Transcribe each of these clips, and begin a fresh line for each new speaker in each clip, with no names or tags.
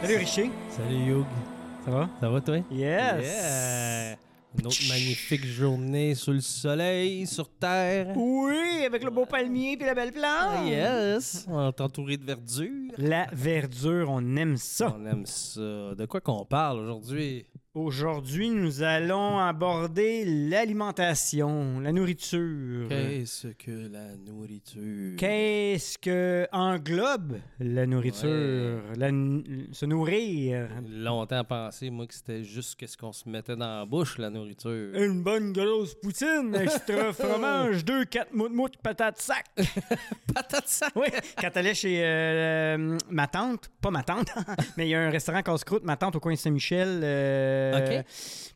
Salut Richer.
Salut Youg,
Ça va?
ça va toi?
Yes.
Yeah. Une autre magnifique journée sous le soleil, sur terre.
Oui, avec le beau palmier puis la belle plante.
Ah, yes! On est entouré de verdure.
La verdure, on aime ça.
On aime ça. De quoi qu'on parle aujourd'hui?
Aujourd'hui, nous allons aborder l'alimentation, la nourriture.
Qu'est-ce que la nourriture?
Qu'est-ce que englobe la nourriture? La n- se nourrir.
Longtemps pensé, moi, que c'était juste qu'est-ce qu'on se mettait dans la bouche, la nourriture.
Une bonne grosse poutine, extra fromage, deux, quatre moutes-moutes, patates sac.
Patate sac!
Oui, quand t'allais chez euh, euh, ma tante, pas ma tante, mais il y a un restaurant casse-croûte, ma tante au coin de Saint-Michel. euh,
Ok.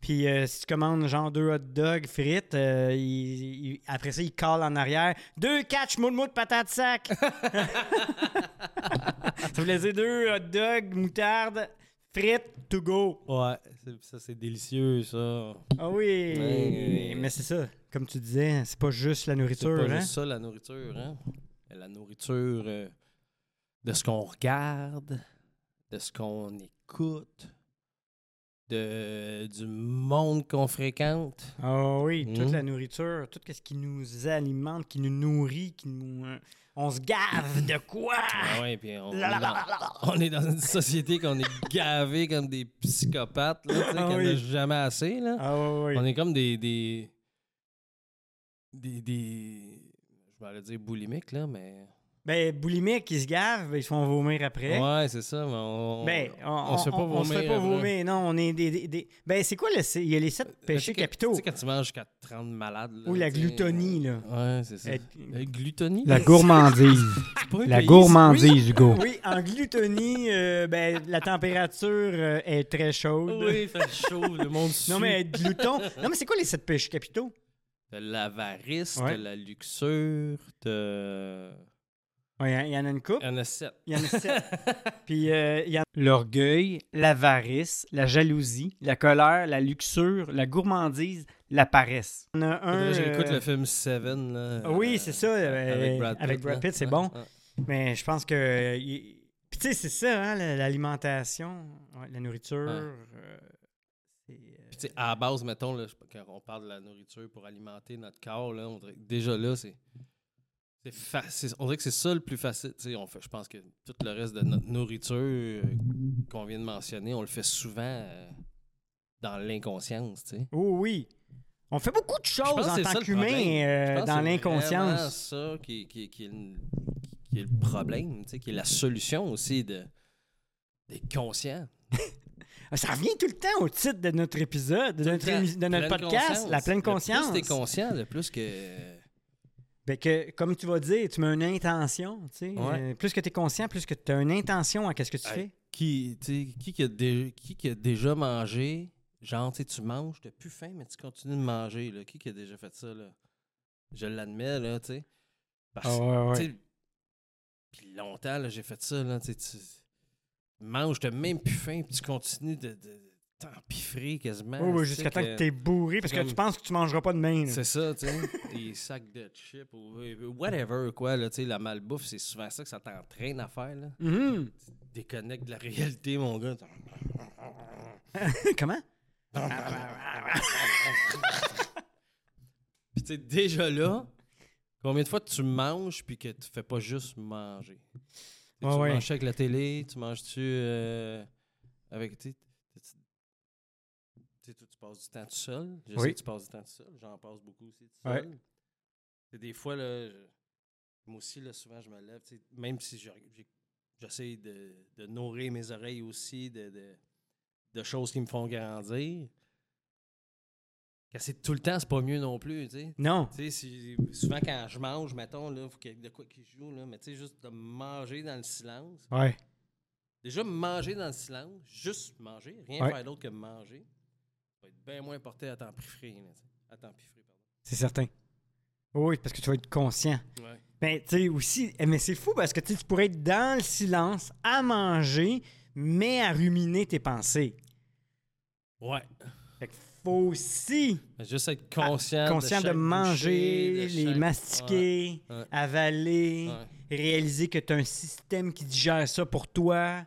Puis euh, si tu commandes genre deux hot dogs frites, euh, il- il- après ça, il cale en arrière. Deux catch moule de patate sac. ça voulait dire deux hot dogs, moutarde, frites, to go.
Ouais, c'est- ça c'est délicieux, ça.
Ah oui,
Ouais.
mais c'est ça. Comme tu disais, c'est pas juste la nourriture.
C'est pas
hein?
juste ça, la nourriture, hein? La nourriture euh, de ce qu'on regarde, de ce qu'on écoute, de, du monde qu'on fréquente.
Ah oui, toute
Mm.
la nourriture, tout ce qui nous alimente, qui nous nourrit, qui nous. euh, on se gave de quoi?
Ah ouais, puis on,
La la la
est dans-
la la.
on est dans une société qu'on est gavé comme des psychopathes, là, tu sais,
Ah
qu'on
oui.
n'a jamais assez, là.
Ah oui,
On
oui.
est comme des... des, des, des- je vais aller dire boulimiques, là, mais...
Ben, boulimique, ils se gavent, ben, ils se font vomir après.
Ouais, c'est ça, mais on...
Eh? Ben, on,
on se fait pas
on se fait
vomir,
pas
là.
vomir, non, on est des. des- des- Ben, c'est quoi le. c'est- Il y a les sept péchés
Tu sais que-
capitaux.
Tu sais, quand tu manges jusqu'à 30 malades. là,
Ou la
tu sais,
glutonie, là.
euh, Ouais, c'est ça.
Euh,
La glutonie.
gourmandise.
C'est pas un pays,
Hugo. Oui, en glutonie, euh, ben, la température euh, est très
c'est-
chaude.
Oui, il fait chaud, le monde sue.
Non, mais être glouton. Non, mais c'est quoi les sept péchés capitaux?
De l'avarice,
Ouais.
de la luxure, de.
Ouais, Il y en a une coupe.
Il y en a sept.
Il y en a sept. Puis euh, il y en a l'orgueil, l'avarice, la jalousie, la colère, la luxure, la gourmandise, la paresse. On a un.
Faudrait que J'écoute
euh,
le film Seven. Là,
ah oui, c'est ça, euh, avec
là.
Brad Pitt, c'est
Ouais,
bon.
ouais.
Mais je pense que. euh, il- Puis tu sais, c'est ça, hein, la- l'alimentation, ouais, la nourriture.
Ouais.
euh, c'est, euh,
Puis, tu sais, à la base, mettons, là, je- quand on parle de la nourriture pour alimenter notre corps, là, on dirait que déjà là, c'est. c'est fa- c'est- On dirait que c'est ça le plus facile. Tu sais, on fait, je pense que tout le reste de notre nourriture euh, qu'on vient de mentionner, on le fait souvent euh, dans l'inconscience. tu sais.
Oh oui. On fait beaucoup de
Je pense
choses
que
en
c'est
tant
ça le problème.
qu'humain
Je
euh,
pense
dans
que C'est vraiment
l'inconscience.
ça qui, qui- qui est le- qui est le problème, tu sais, qui est la solution aussi de d'être conscient.
Ça revient tout le temps au titre de notre épisode, de notre, émi- de notre
Pleine
podcast,
conscience.
la pleine
Le
conscience.
plus t'es conscient, le plus que.
Ben que, comme tu vas dire, tu mets une intention. tu sais.
Ouais.
Euh, plus que tu es conscient, plus que tu as une intention à quest ce que tu
Hey,
fais.
qui, tu sais, qui, qui a dé- qui qui a déjà mangé, genre, tu sais, tu manges, t'as plus faim, mais tu continues de manger, là. Qui, qui a déjà fait ça, là? Je l'admets, là, tu sais. Parce
Ah
que, Ah, tu sais, puis longtemps, là, j'ai fait ça, là, tu sais, tu manges, t'as même plus faim, puis tu continues de, de t'empiffrer quasiment.
Oui, oui,
tu sais,
jusqu'à temps que tu es bourré parce que
comme-
tu penses que tu mangeras pas de main.
C'est ça, tu sais. Des sacs de chips ou whatever, quoi, là, tu sais, la malbouffe, c'est souvent ça que ça t'entraîne à faire, là.
Mhm.
Déconnecte de la réalité, mon gars.
Comment?
Puis tu sais, déjà là, combien de fois tu manges puis que tu fais pas juste manger? Tu sais,
Ouais,
tu
ouais.
manges avec la télé, tu manges-tu euh, avec... Tu sais, tu- tu- tu sais, toi, tu passes du temps tout seul. Je
Oui.
sais que tu passes du temps tout seul. J'en passe beaucoup aussi tout
Ouais.
seul. Tu sais, Des fois, là, je- moi aussi, là, souvent, je me lève. tu sais, Même si je- j'ai- j'essaie de, de nourrir mes oreilles aussi de, de, de choses qui me font grandir. Quand c'est tout le temps, c'est pas mieux non plus, tu sais.
Non.
Tu sais, si- souvent quand je mange, mettons, là, faut qu'il y ait de quoi qui joue, là, mais tu sais, juste de manger dans le silence.
Ouais.
Déjà, manger dans le silence, juste manger, rien
Ouais.
faire d'autre que manger, ça va être bien moins porté à t'empiffrer, là, tu sais. À t'empiffrer,
C'est certain. Oui, parce que tu vas être conscient.
pardon. Ouais.
Mais tu sais aussi, eh, mais c'est fou parce que tu sais, tu pourrais être dans le silence, à manger, mais à ruminer tes pensées.
Ouais.
Fait que faut aussi
Mais Juste être conscient.
conscient de,
Ah, chaque
manger,
bouchée, de
les
chaque-
mastiquer,
Ouais, ouais.
avaler.
Ouais.
réaliser que tu as un système qui digère ça pour toi.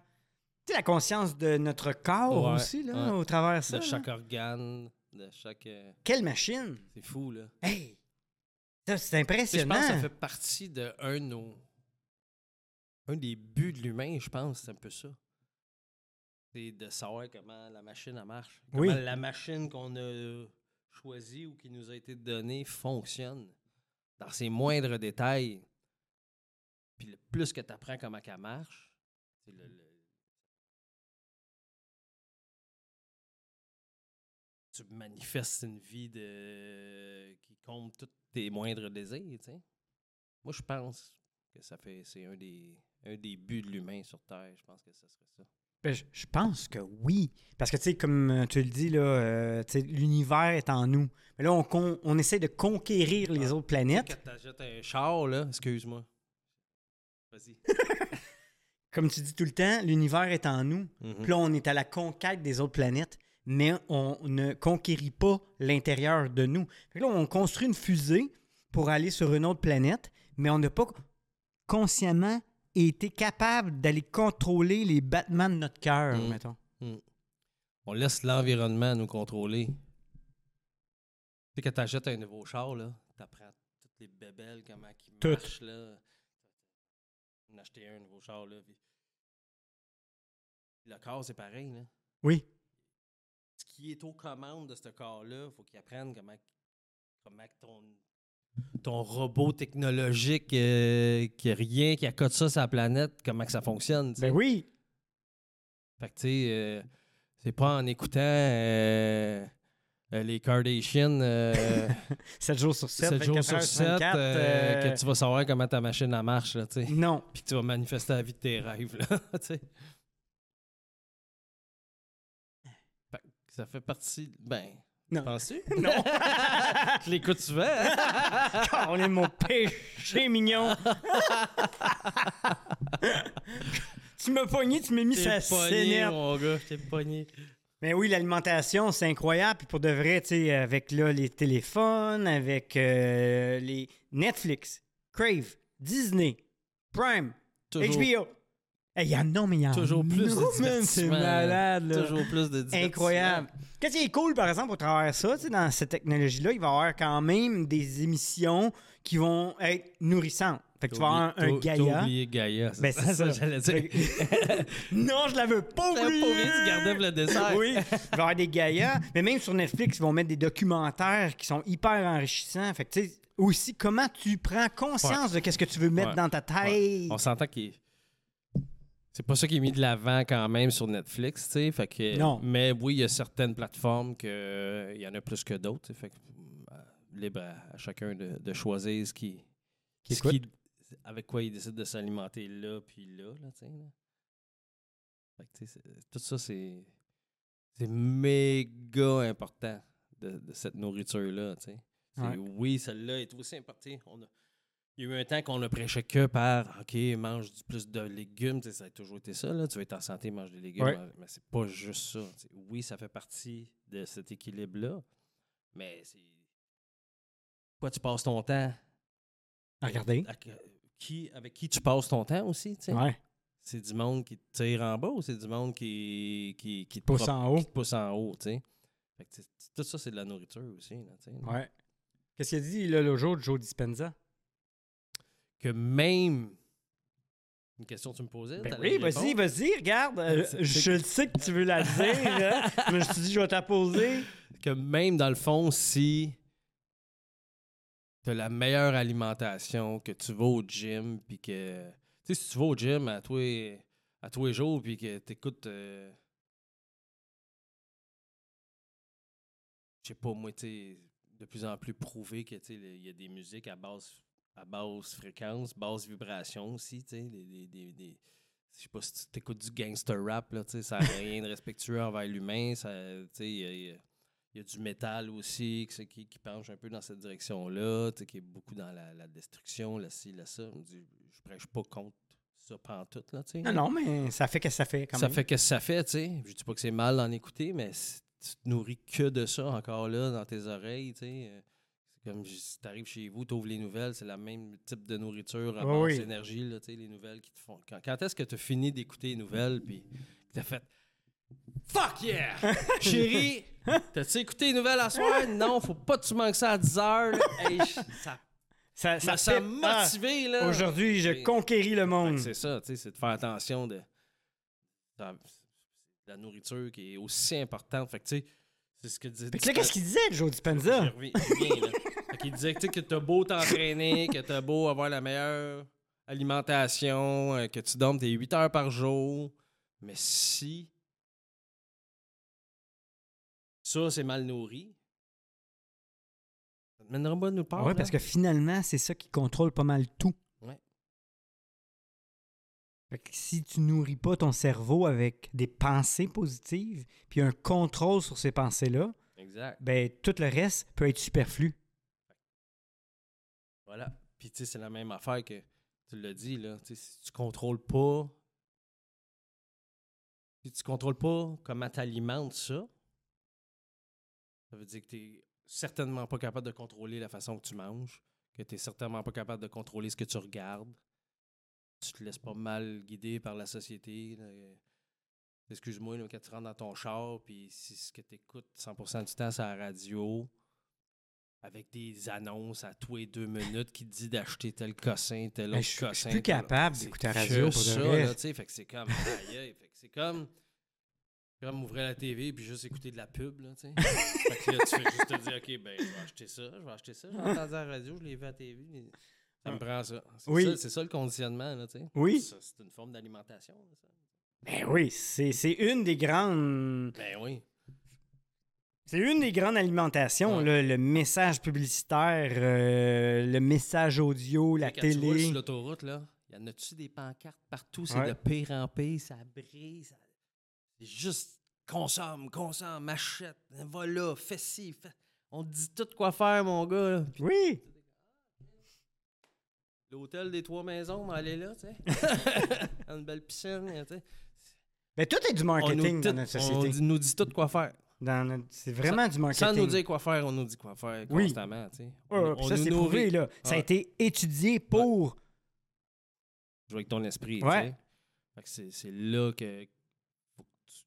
Tu sais, la conscience de notre corps
Ouais,
aussi, là,
ouais.
au travers de ça.
de
là.
chaque organe, de chaque. euh,
Quelle machine!
C'est fou, là.
Hey! Ça, c'est
Tu sais, Je pense
impressionnant.
que ça fait partie de un de nos- un des buts de l'humain, je pense, c'est un peu ça. C'est de savoir comment la machine elle marche. Comment
Oui.
la machine qu'on a choisie ou qui nous a été donnée fonctionne dans ses moindres détails. Puis le plus que tu apprends comment qu'elle marche, c'est le, le- tu manifestes une vie de qui compte tous tes moindres désirs, tu sais. Moi, je pense que ça fait c'est un des un des buts de l'humain sur Terre, je pense que ça serait ça.
Ben, je, je pense que oui. Parce que, tu sais, comme euh, tu le dis, là, euh, tu sais, l'univers est en nous. Mais là, on, con- on essaie de conquérir les
Ah.
autres planètes.
Quand t'achètes un char là, excuse-moi. Vas-y.
Comme tu dis tout le temps, l'univers est en nous. Puis là, on est à la conquête des autres planètes, mais on ne conquérit pas l'intérieur de nous. Fait que là, on construit une fusée pour aller sur une autre planète, mais on n'a pas consciemment été capable d'aller contrôler les battements de notre cœur,
Mm.
mettons.
On laisse l'environnement nous contrôler. Tu sais, quand t'achètes un nouveau char, là, t'apprends toutes les bébelles, comment qui
Toutes.
marchent, là. On a acheté un nouveau char, là. puis- Le corps, c'est pareil, là.
Oui.
Ce qui est aux commandes de ce corps-là, faut qu'il apprenne comment, comment que ton, ton robot technologique euh, qui est rien, qui accote ça sur la planète, comment que ça fonctionne, tu sais.
Ben oui.
Fait que, tu sais, euh, c'est pas en écoutant euh, euh, les Kardashians euh,
7 jours sur 7,
7 jours sur 7
24, euh,
que tu vas savoir comment ta machine elle marche, là, tu sais.
Non.
Puis que tu vas manifester la vie de tes rêves, là, tu sais. Fait que Ça fait partie. de- Ben.
Non.
Penses-tu?
Non.
Je l'écoute souvent. hein?
on est mon péché mignon. tu m'as pogné, tu m'as mis
T'es
sa
pogné,
scénette.
mon gars. Je t'ai pogné.
Mais oui, l'alimentation, c'est incroyable. Puis pour de vrai, tu sais, avec là, les téléphones, avec euh, les Netflix, Crave, Disney, Prime,
Toujours,
HBO. Hey, Il y en a, mais il y en a.
toujours plus de
man, C'est
divertissement, là.
malade, là.
Toujours plus de divertissement.
Incroyable. Qu'est-ce qui est cool, par exemple, au travers de ça, tu sais, dans cette technologie-là, il va y avoir quand même des émissions qui vont être nourrissantes. Fait que tu vas avoir un,
T'as
un
oublié- t'as- T'as
Gaïa.
oublié Gaïa.
Ben, c'est ça.
j'allais dire.
non, je la veux pas
T'as pas
oublier.
oublié, tu gardais pour le dessert.
Oui, il va y avoir des Gaïa. Mais même sur Netflix, ils vont mettre des documentaires qui sont hyper enrichissants. Fait que, tu sais, aussi, comment tu prends conscience de qu'est-ce que tu veux mettre
Ouais.
dans ta tête.
On s'entend qu'il. C'est pas ça qui est mis de l'avant quand même sur Netflix, tu sais. Fait que.
Non.
Mais oui, il y a certaines plateformes que euh, il y en a plus que d'autres. tu sais, Fait que euh, libre à, à chacun de, de choisir ce qui,
Qui
ce qui- avec quoi il décide de s'alimenter là puis là, là, tu sais. là. Fait que, tu sais, c'est- tout ça c'est c'est méga important de, de cette nourriture là, tu sais. C'est-
Ouais.
Oui, celle-là est aussi importante. On a- il y a eu un temps qu'on ne prêchait que par OK, mange du plus de légumes. Tu sais, ça a toujours été ça. Là. Tu veux être en santé, mange des légumes.
Ouais.
Mais c'est pas juste ça. Tu sais, Oui, ça fait partie de cet équilibre-là. Mais c'est. Quoi, tu passes ton temps
Regardez.
à que- euh, qui, avec qui tu passes ton temps aussi. tu sais.
Ouais.
C'est du monde qui te tire en bas ou c'est du monde qui, qui, qui te
Pousse
prop-
en haut.
qui te pousse en haut. tu sais. Fait que, tu sais, tout ça, c'est de la nourriture aussi. là, tu sais.
Ouais. Qu'est-ce qu'il a dit, là, le jour de Joe Dispenza?
que même. Une question que tu me posais?
Ben
t'allais
oui,
y
vas-y,
répondre?
vas-y, regarde. Euh,
C'est- c'est-
je le sais que tu veux la dire, hein, mais je te dis, je vais t'apposer.
Que même dans le fond, si t'as la meilleure alimentation, que tu vas au gym, puis que. Tu sais, si tu vas au gym à tous les, à tous les jours, puis que t'écoutes. euh, Je sais pas, moi, tu sais, de plus en plus prouvé que, tu sais, le- il y a des musiques à basse, à basse fréquence, basse vibration aussi, tu sais, des- des- des- des- je sais pas si tu t'écoutes du gangster rap, là, tu sais, ça n'a rien de respectueux envers l'humain. ça, tu sais, Il y, a- il y a- il y a du métal aussi qui, se- qui, qui penche un peu dans cette direction-là, tu sais, qui est beaucoup dans la, la destruction, la ci, la ça. Je me dis, je prêche pas contre ça pantoute, là, tu sais.
Non, non, mais ça fait que ça fait quand
Ça
même.
fait que ça fait, tu sais. Je dis pas que c'est mal d'en écouter, mais si tu te nourris que de ça encore là dans tes oreilles, tu sais. euh, C'est comme je- si t'arrives chez vous, t'ouvres les nouvelles, c'est le même type de nourriture à
Oui,
basse
oui.
énergie, là, tu sais, les nouvelles qui te font. Quand, quand est-ce que tu finis d'écouter les nouvelles, puis T'as fait Fuck yeah! Chérie, t'as-tu écouté les nouvelles à soir? Non, faut pas que tu manques ça à 10 heures. là. Hey, je- ça
Ça,
ça, ça
fait-
m'a motivé,
Ah,
là.
Aujourd'hui, je
Fait-
conquéris le
Fait que
monde.
C'est ça, tu sais, c'est de faire attention de, de la nourriture qui est aussi importante. Fait que, tu sais, c'est ce que disait.
Fait que là, qu'est-ce qu'il disait, Joe
Je
Dispenza?
reviens- je reviens, là. Fait qu'il disait tu sais, que t'as beau t'entraîner, que t'as beau avoir la meilleure alimentation, euh, que tu dormes tes 8 heures par jour, mais si ça, c'est mal nourri, ça te mènera pas nulle part. hein?
oui,
là.
Ah parce que finalement, c'est ça qui contrôle pas mal tout.
Ouais.
Fait que si tu nourris pas ton cerveau avec des pensées positives, puis un contrôle sur ces pensées-là,
Exact.
ben tout le reste peut être superflu.
Voilà. Puis, tu sais, c'est la même affaire que tu l'as dit, là. Tu sais, si tu contrôles pas. Si tu contrôles pas comment tu alimentes ça, ça veut dire que tu n'es certainement pas capable de contrôler la façon que tu manges, que tu n'es certainement pas capable de contrôler ce que tu regardes. Tu te laisses pas mal guider par la société. là. Excuse-moi, là, quand tu rentres dans ton char, puis si ce que tu écoutes 100% du temps, c'est à la radio avec des annonces à tous les deux minutes qui te dit d'acheter tel cossin, tel
Ben,
autre
je suis- je
cossin.
suis plus
tel-
capable
C'est
d'écouter la
que
radio, pour de
ça,
vrai.
là, tu sais, fait que c'est comme, aïe, aïe, fait que c'est comme, comme ouvrir la TV puis juste écouter de la pub, là, tu sais. fait que là, tu fais juste te dire, OK, ben, je vais acheter ça, je vais acheter ça, j'ai entendu à la radio, je l'ai vu à la TV, mais ça me prend ça. C'est
Ah. Oui.
ça, c'est ça le conditionnement, là, tu sais.
Oui.
Ça, C'est une forme d'alimentation, là, ça.
Ben oui, c'est c'est une des grandes.
Ben oui.
C'est une des grandes alimentations,
Ouais.
là, le message publicitaire, euh, le message audio, la
Quand tu roules
télé.
sur l'autoroute, là, il y en a-tu des pancartes partout? C'est
Ouais.
de pire en pire, ça brille. ça- C'est juste consomme, consomme, achète, va là, fais ci. fais- On te dit tout quoi faire, mon gars. là. Puis
Oui,
L'hôtel des trois maisons, mais elle est là, tu sais. Dans une belle piscine, tu sais.
ben tout est du
On, nous,
marketing
dit-
dans notre
on
société.
dit- nous dit tout quoi faire.
Dans notre- C'est vraiment du marketing.
Sans nous dire quoi faire, on nous dit quoi faire
Oui.
constamment, tu sais.
Ouais, ouais,
on,
puis
on
ça,
nous
c'est
nourrit.
prouvé, là. Ça a
Ouais.
été étudié pour.
jouer avec ton esprit.
Ouais.
tu sais. Fait que c'est, c'est là que faut que tu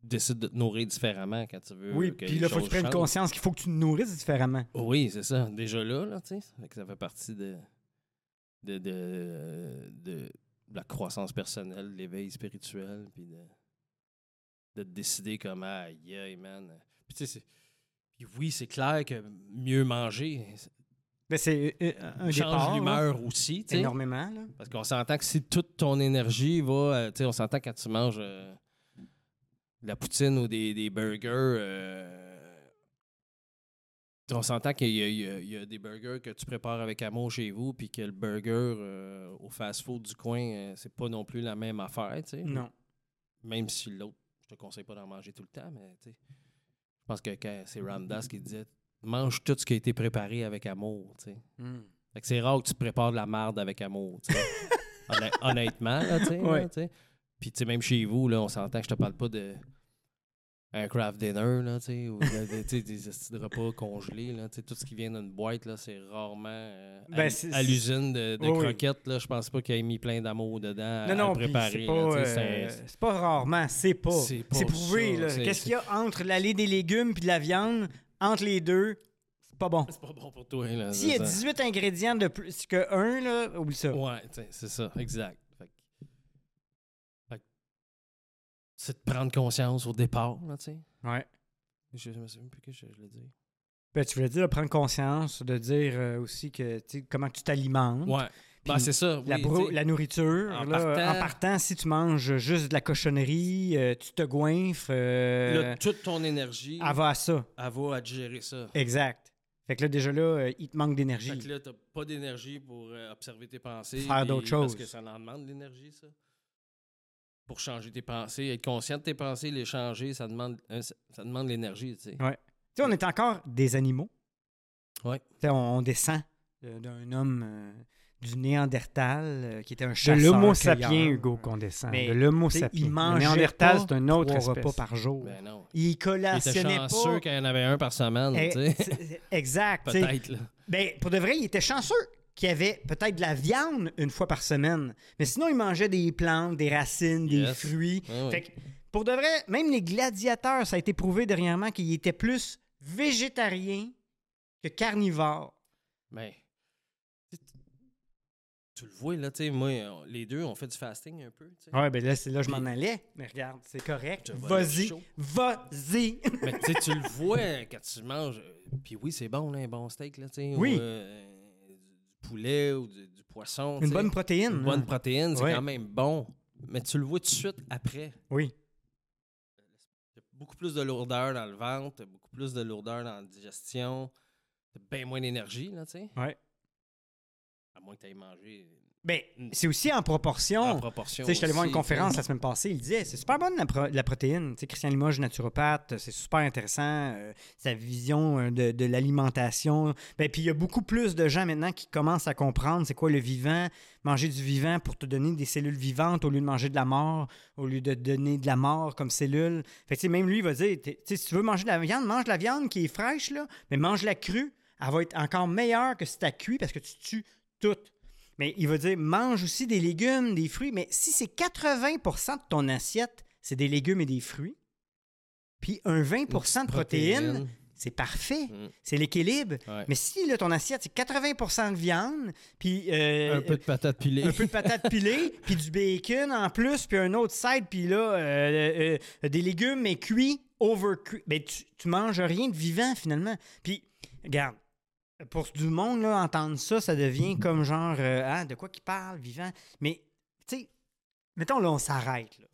décides de te nourrir différemment quand tu veux.
oui,
que
puis
les
là, faut que
choses
tu prennes
changent.
conscience qu'il faut que tu te nourrisses différemment.
Oui, c'est ça. Déjà là, là tu sais. Fait que ça fait partie de, de, de, de la croissance personnelle, de l'éveil spirituel, puis de, de te décider comment, aïe, aïe, man. Puis tu sais, c'est- puis oui, c'est clair que mieux manger ça
Ben, c'est euh, un
change
départ. là, Ben
l'humeur aussi. tu sais.
énormément, là.
Parce qu'on s'entend que si toute ton énergie va. euh, tu sais, on s'entend quand tu manges euh, de la poutine ou des, des burgers. euh, on s'entend qu'il y, a- il y a- il y a des burgers que tu prépares avec amour chez vous, puis que le burger euh, au fast-food du coin, euh, c'est pas non plus la même affaire, tu sais.
Non.
Même si l'autre, je te conseille pas d'en manger tout le temps, mais tu sais. Je pense que quand- c'est Ramdas qui disait mange tout ce qui a été préparé avec amour, tu sais. Fait que c'est rare que tu te prépares de la marde avec amour, tu sais. Honn- honnêtement, là, tu sais. là,
Ouais.
tu sais. Puis, tu sais, même chez vous, là, on s'entend que je te parle pas de un craft dinner, là, tu sais, ou de- de- tu sais, des esti de repas congelés, là, tu sais, tout ce qui vient d'une boîte, là, c'est rarement euh, à
Ben,
l'u-
c'est-
à l'usine de, de
Oui, oui.
croquettes, là, je pense pas qu'il ait mis plein d'amour dedans à
non, non,
le
puis
préparer,
c'est pas,
là, tu sais,
euh,
c'est-
c'est pas rarement, c'est pas.
C'est pas
C'est prouvé,
ça,
là.
c'est-
Qu'est-ce qu'il y a entre l'allée des légumes puis de la viande, entre les deux, c'est pas bon.
c'est pas bon pour toi, là.
S'il y a
c'est ça.
18 ingrédients de plus que un, là, oublie ça.
Ouais, tu sais, c'est ça, exact. Fait que- fait que c'est de prendre conscience au départ, là, tu sais.
Ouais.
Je me souviens plus que je, je le dis.
Ben, tu voulais dire, prendre conscience, de dire euh, aussi que, tu sais, comment tu t'alimentes.
Ouais. Ben,
Puis
c'est ça.
la,
oui,
brou-
tu sais.
la nourriture, là,
en
en, partant...
partant-
si tu manges juste de la cochonnerie, euh, tu te goinfres, euh,
Là, toute ton énergie,
elle va à ça.
elle va à te gérer ça.
Exact. Fait que là, déjà là, euh, il te manque
Fait que
d'énergie.
là, t'as pas d'énergie pour euh, observer tes pensées.
Faire
puis-
d'autres
Parce
choses.
que ça en demande de l'énergie, ça. Pour changer tes pensées, être conscient de tes pensées, les changer, ça demande, euh, ça, ça demande de l'énergie, tu sais.
Tu sais, on est encore des animaux.
Ouais.
Tu sais, on, on descend de- d'un homme euh, du Néandertal euh, qui était un
De
chasseur.
l'homo
cueilleur. Hein,
sapien, Hugo, qu'on descend.
Mais,
de l'homo
Tu sais,
sapien.
Il
Le
mangeait
Néandertal,
pas
c'est un autre
trois
espèce.
repas par jour.
Ben non.
il
Il était
collationnait Ah, pas.
chanceux qu'il y en avait un par semaine,
Eh,
tu sais.
c'est- Exact. tu sais.
Peut-être, là.
Ben, pour de vrai, il était chanceux qu'il y avait peut-être de la viande une fois par semaine. Mais sinon, il mangeait des plantes, des racines, des
Yes. Ah
fruits.
Ouais, ouais.
Fait que Pour de vrai, même les gladiateurs, ça a été prouvé dernièrement qu'ils étaient plus végétariens que carnivores.
Mais. Ben, Tu, tu le vois, là, tu sais, moi, on- les deux, on fait du fasting un peu, tu sais.
Ouais, ben là, c'est là je m'en allais. Mais regarde, c'est correct.
Je vais aller
Vas-y.
chaud.
Vas-y.
Mais tu sais, tu le vois quand tu manges. euh, Puis oui, c'est bon, là, un bon steak, là, tu sais. ou,
Oui.
euh, du poulet ou du, du poisson. tu
Une
sais.
bonne protéine.
Une
là.
bonne protéine, c'est
Ouais.
quand même bon. Mais tu le vois tout de suite après.
Oui.
T'as beaucoup plus de lourdeur dans le ventre, t'as beaucoup plus de lourdeur dans la digestion, t'as bien moins d'énergie, là, tu sais.
Ouais.
À moins que t'ailles manger
Ben, c'est aussi en proportion.
en proportion.
Tu sais, je suis allé voir une
aussi.
conférence la semaine passée, il disait c'est super bon la, pro- la protéine. Tu sais, Christian Limoges, naturopathe, c'est super intéressant, euh, sa vision euh, de, de l'alimentation. Ben, puis il y a beaucoup plus de gens maintenant qui commencent à comprendre c'est quoi le vivant, manger du vivant pour te donner des cellules vivantes au lieu de manger de la mort, au lieu de te donner de la mort comme cellule. Fait que, tu sais, même lui, il va dire t'es- tu sais, si tu veux manger de la viande, mange de la viande qui est fraîche, là, mais mange-la crue. Elle va être encore meilleure que si tu cuit parce que tu tues tout. Mais il va dire mange aussi des légumes, des fruits. Mais si c'est 80 de ton assiette, c'est des légumes et des fruits, puis un 20 de protéines, c'est parfait.
Mm.
C'est l'équilibre.
Ouais.
Mais si là, ton assiette, c'est 80 de viande, puis euh,
un peu de patate pilée.
un peu de patates pilées, puis du bacon en plus, puis un autre side, puis là, euh, euh, des légumes, mais cuits, overcuits. Ben, tu, tu manges rien de vivant, finalement. Puis, regarde, pour du monde, là, entendre ça, ça devient comme genre, euh, ah, de quoi qu'il parle, vivant. Mais, tu sais, mettons, là, on s'arrête, là.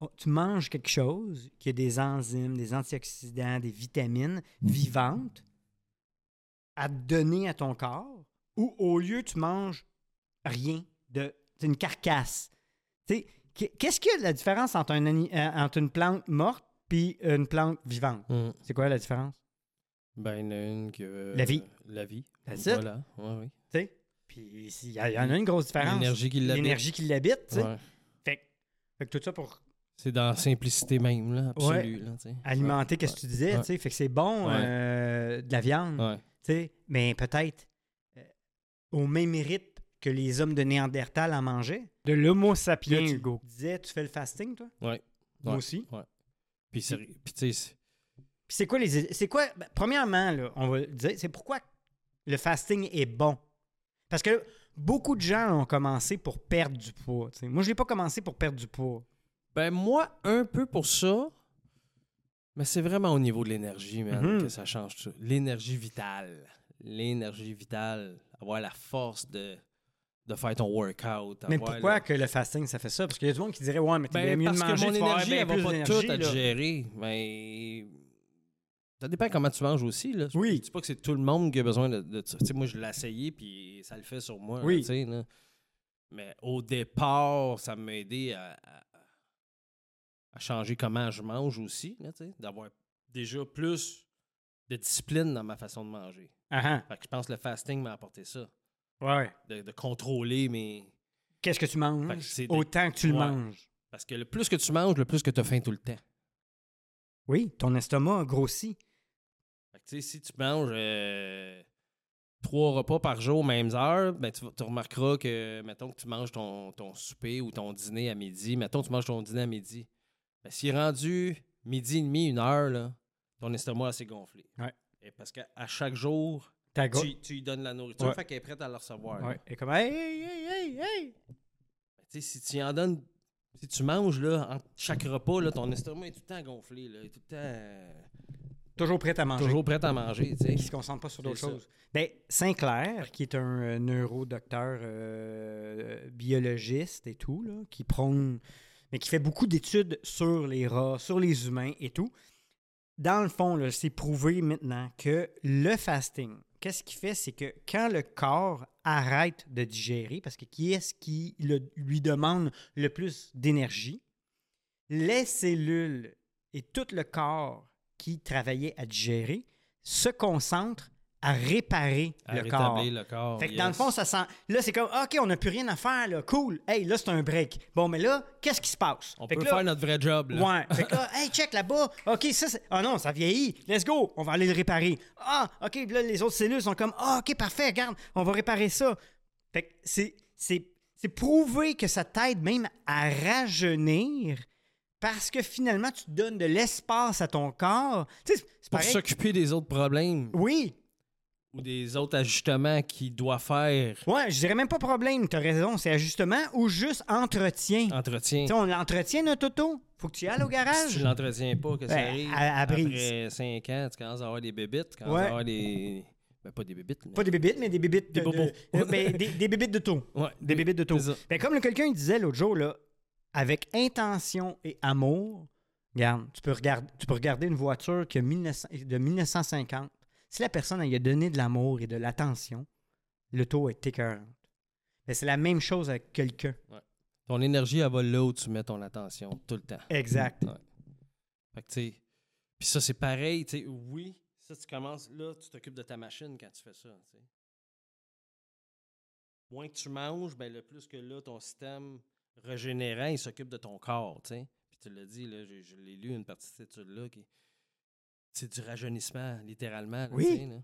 On- Tu manges quelque chose qui a des enzymes, des antioxydants, des vitamines vivantes à te donner à ton corps, ou au lieu, tu manges rien de c'est une carcasse. Tu sais, qu- qu'est-ce qu'il y a de la différence entre, un ani- euh, entre une plante morte puis une plante vivante
Mm.
C'est quoi la différence
Ben, il y en a une que.
La vie.
La vie.
That's it.
voilà. Ouais, oui.
Tu sais Puis il y, a- y en a une grosse différence.
L'énergie qui l'habite.
L'énergie qui l'habite. tu sais.
Ouais.
Fait, que- fait que tout ça pour
C'est dans la simplicité même, là, absolue. Là, tu sais.
alimenter qu'est-ce que tu disais.
Ouais.
tu sais. Fait que c'est bon
Ouais.
euh, de la viande.
Ouais.
tu sais. Mais peut-être euh, au même rythme que les hommes de Néandertal en mangeaient. De l'homo sapiens,
Hugo.
Tu disais, tu fais le fasting, toi
Ouais.
Moi
Ouais.
aussi.
Puis, c'est- puis tu sais, c'est-
Puis c'est quoi les. C'est quoi. ben, premièrement, là, on va le dire, c'est pourquoi le fasting est bon. Parce que beaucoup de gens ont commencé pour perdre du poids. tu sais. Moi, je l'ai pas commencé pour perdre du poids.
Ben, moi, un peu pour ça. Mais c'est vraiment au niveau de l'énergie, man,
Mhm.
que ça change tout. L'énergie vitale. L'énergie vitale. Avoir la force de, de faire ton workout.
mais
avoir
pourquoi
le-
que le fasting, ça fait ça? Parce qu'il y a du monde qui dirait, ouais, mais t'es
Ah, Ben,
mieux de
parce
manger,
que mon
tu vas avoir
énergie,
bien
elle va
plus
pas
d'énergie,
toute à
là.
gérer. Mais ça dépend comment tu manges aussi. Là. Je-
Oui.
Je dis pas que c'est tout le monde qui a besoin de, de ça. Tu sais, moi, je l'ai essayé, puis ça le fait sur moi. là,
Oui.
tu sais, là. Mais au départ, ça m'a aidé à, à- à changer comment je mange aussi, là, tu sais, d'avoir déjà plus de discipline dans ma façon de manger.
Ah,
Fait que je pense que le fasting m'a apporté ça,
ah, ouais.
de, de contrôler mes...
Qu'est-ce que tu
Fait que
manges?
c'est des-
Autant que tu le
Ouais.
manges.
Parce que le plus que tu manges, le plus que tu as faim tout le temps.
Oui, ton estomac grossit.
Fait que, tu sais, si tu manges euh, trois repas par jour aux mêmes heures, ben, tu, vas- tu remarqueras que, mettons que tu manges ton, ton souper ou ton dîner à midi, mettons que tu manges ton dîner à midi, ben, s'il est rendu midi et demi, une heure, là, ton estomac s'est gonflé.
Ouais.
Et parce qu'à à chaque jour,
Ta go-
tu, tu lui donnes la nourriture,
Ouais.
fait qu'elle est prête à le recevoir. là.
Ouais. Et comme, hey, hey, hey, hey, hey.
Ben, tu sais, si tu en donnes, si tu manges là, entre chaque repas, là, ton estomac est tout le temps gonflé, là, il est tout le temps euh,
Toujours prêt à manger.
toujours prêt à manger. tu sais.
qui se concentre pas sur d'autres
C'est ça.
choses. Ben, Sinclair, qui est un euh, neurodocteur euh, biologiste et tout, là, qui prône, mais qui fait beaucoup d'études sur les rats, sur les humains et tout. Dans le fond, là, c'est prouvé maintenant que le fasting, qu'est-ce qu'il fait, c'est que quand le corps arrête de digérer, parce que qui est-ce qui le- lui demande le plus d'énergie, les cellules et tout le corps qui travaillait à digérer se concentre à réparer
À
le corps.
rétablir le corps.
Fait que dans le
yes.
fond, ça sent. Là, c'est comme, ah, OK, on n'a plus rien à faire, là. Cool. Hey, là, c'est un break. Bon, mais là, qu'est-ce qui se passe?
On
Fait que
peut
là-
faire notre vrai job. Là.
Ouais. Fait que là, hey, check là-bas. OK, ça, c'est- ah non, ça vieillit. Let's go. On va aller le réparer. Ah, OK. Puis Là, les autres cellules sont comme, ah, OK, parfait. Regarde, on va réparer ça. Fait que c'est, c'est, c'est prouvé que ça t'aide même à rajeunir parce que finalement, tu donnes de l'espace à ton corps. Tu sais, c'est
Pour
pareil.
s'occuper des autres problèmes
Oui,
ou des autres ajustements qu'il doit faire.
ouais, je dirais même pas problème, t'as raison, c'est ajustement ou juste entretien.
Entretien.
Tu sais, on l'entretient notre auto, faut que tu y ailles au
Si tu
garage.
l'entretiens pas, que ça
Ben,
arrive.
à- à
Après
brise.
5 ans, tu commences à avoir des bébites, tu commences
Ouais.
à avoir des. Ben, pas des bébites.
Pas des bébites, mais des bébites
Des
de-
bobos.
de- euh, ben, des, des bébites de taux.
Ouais,
Des bébites de taux.
c'est ça.
Ben, comme le- quelqu'un disait l'autre jour, là, avec intention et amour, regarde, tu peux, regarder, tu peux regarder une voiture qui a 1900 de 1950. Si la personne elle y a donné de l'amour et de l'attention, le taux est écœurant. Ben, c'est la même chose avec quelqu'un.
Ton énergie, elle va là où tu mets ton attention tout le temps.
Exact.
Ouais. Fait que, tu sais. Puis ça, c'est pareil, tu sais. Oui, ça, tu commences là, tu t'occupes de ta machine quand tu fais ça, tu sais. Moins que tu manges, ben, le plus que là, ton système régénérant, il s'occupe de ton corps, tu sais. Puis tu l'as dit, là, je, je l'ai lu, une partie de cette étude-là, qui. C'est du rajeunissement, littéralement. là,
Oui.
tu sais, là.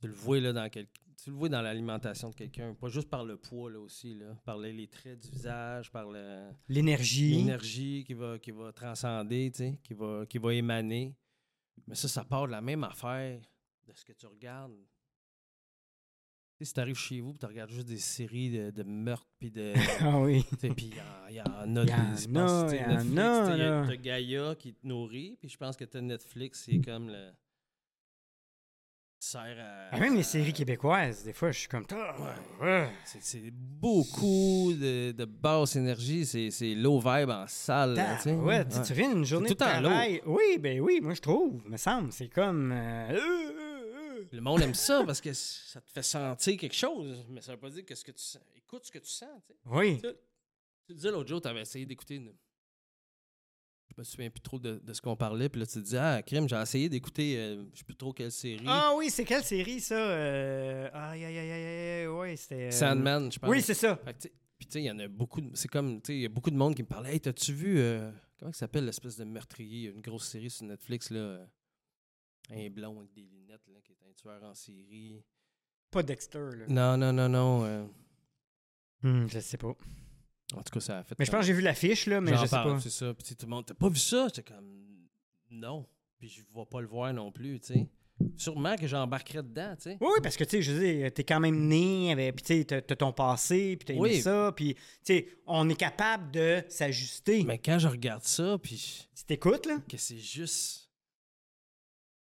Tu le vois, là, dans quel... tu le vois dans l'alimentation de quelqu'un, pas juste par le poids, là, aussi, là. Par les, les traits du visage, par le
L'énergie.
l'énergie qui va, qui va transcender, tu sais, qui va, qui va émaner. Mais ça, ça part de la même affaire de ce que tu regardes. Tu sais, si t'arrives chez vous et tu regardes juste des séries de, de meurtres, puis de.
Ah oui.
tu sais, puis il y, en- il y en a
Il y en
des. je pense,
a,
tu sais,
il y en
Netflix,
a,
tu sais, il y
là.
T'as Gaïa qui te nourrit, puis je pense que t'as Netflix, c'est comme le. Sert à.
Ah, Même les
à-
séries québécoises, des fois, je suis comme. Ah, ouais.
c'est- C'est beaucoup de, de basse énergie, c'est c'est low vibe en salle. là, tu sais.
Ouais, tu-
Ouais.
tu viens d'une journée
tout
de
le temps
travail. Oui, ben oui, moi je trouve, me semble. C'est comme. euh, euh, euh, euh.
Le monde aime ça parce que c- ça te fait sentir quelque chose, mais ça veut pas dire que ce que tu sens. Écoute ce que tu sens. Tu, sais.
Oui.
Tu disais l'autre jour, tu avais essayé d'écouter une. Je me souviens plus trop de, de ce qu'on parlait, puis là tu te dis Ah, crime, j'ai essayé d'écouter, euh, je sais plus trop quelle série.
Ah oui, c'est quelle série ça euh, Aïe, aïe, aïe, aïe, aïe, ouais, c'était. euh,
Sandman, je pense.
Oui, c'est ça.
Fait que, tu sais, Puis tu sais, il y en a beaucoup. de- C'est comme, tu sais, il y a beaucoup de monde qui me parlait Hey, t'as-tu vu. euh, comment ça s'appelle l'espèce de meurtrier Une grosse série sur Netflix, là. euh, Un blond avec des lunettes, là, qui est un tueur en série.
Pas Dexter, là.
Non, non, non, non. euh,
Hmm, je sais pas.
En tout cas, ça a fait.
Mais je pense que j'ai vu l'affiche, là, mais
J'en
je sais
parle,
pas.
C'est ça. Puis tu sais, tout le monde, t'as pas vu ça? J'étais comme, non. Puis je vais pas le voir non plus, tu sais. Sûrement que j'embarquerais dedans, tu sais.
Oui, oui, parce que, tu sais, je veux dire, t'es quand même né, avec, puis tu sais, t'as t'as ton passé, puis t'as aimé
Oui.
ça, puis, tu sais, on est capable de s'ajuster.
Mais quand je regarde ça, puis
Tu t'écoutes, là?
que c'est juste.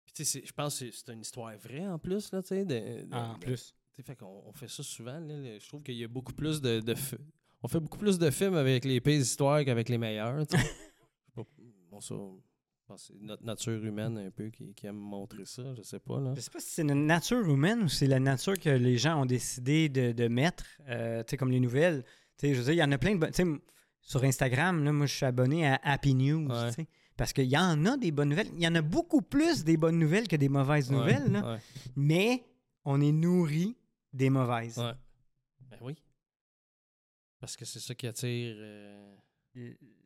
Puis tu sais, c'est- je pense que c'est- c'est une histoire vraie en plus, là, tu sais. de- de-
Ah, en
de-
plus.
tu sais, fait qu'on on fait ça souvent, là, le- Je trouve qu'il y a beaucoup plus de, de fi- On fait beaucoup plus de films avec les pires histoires qu'avec les meilleurs, tu sais. Je sais pas, bon, ça, je pense que c'est notre nature humaine un peu qui, qui aime montrer ça, je sais pas, là.
Je sais pas si c'est une nature humaine ou c'est la nature que les gens ont décidé de, de mettre, euh, tu sais, comme les nouvelles. Tu sais, je veux dire, il y en a plein de bonnes. tu sais, m- sur Instagram, là, moi, je suis abonné à Happy News,
Ouais.
tu sais, parce qu'il y en a des bonnes nouvelles. Il y en a beaucoup plus des bonnes nouvelles que des mauvaises
Ouais,
nouvelles, là.
ouais.
mais on est nourri des mauvaises.
Ouais. Ben oui. Parce que c'est ça qui attire. euh,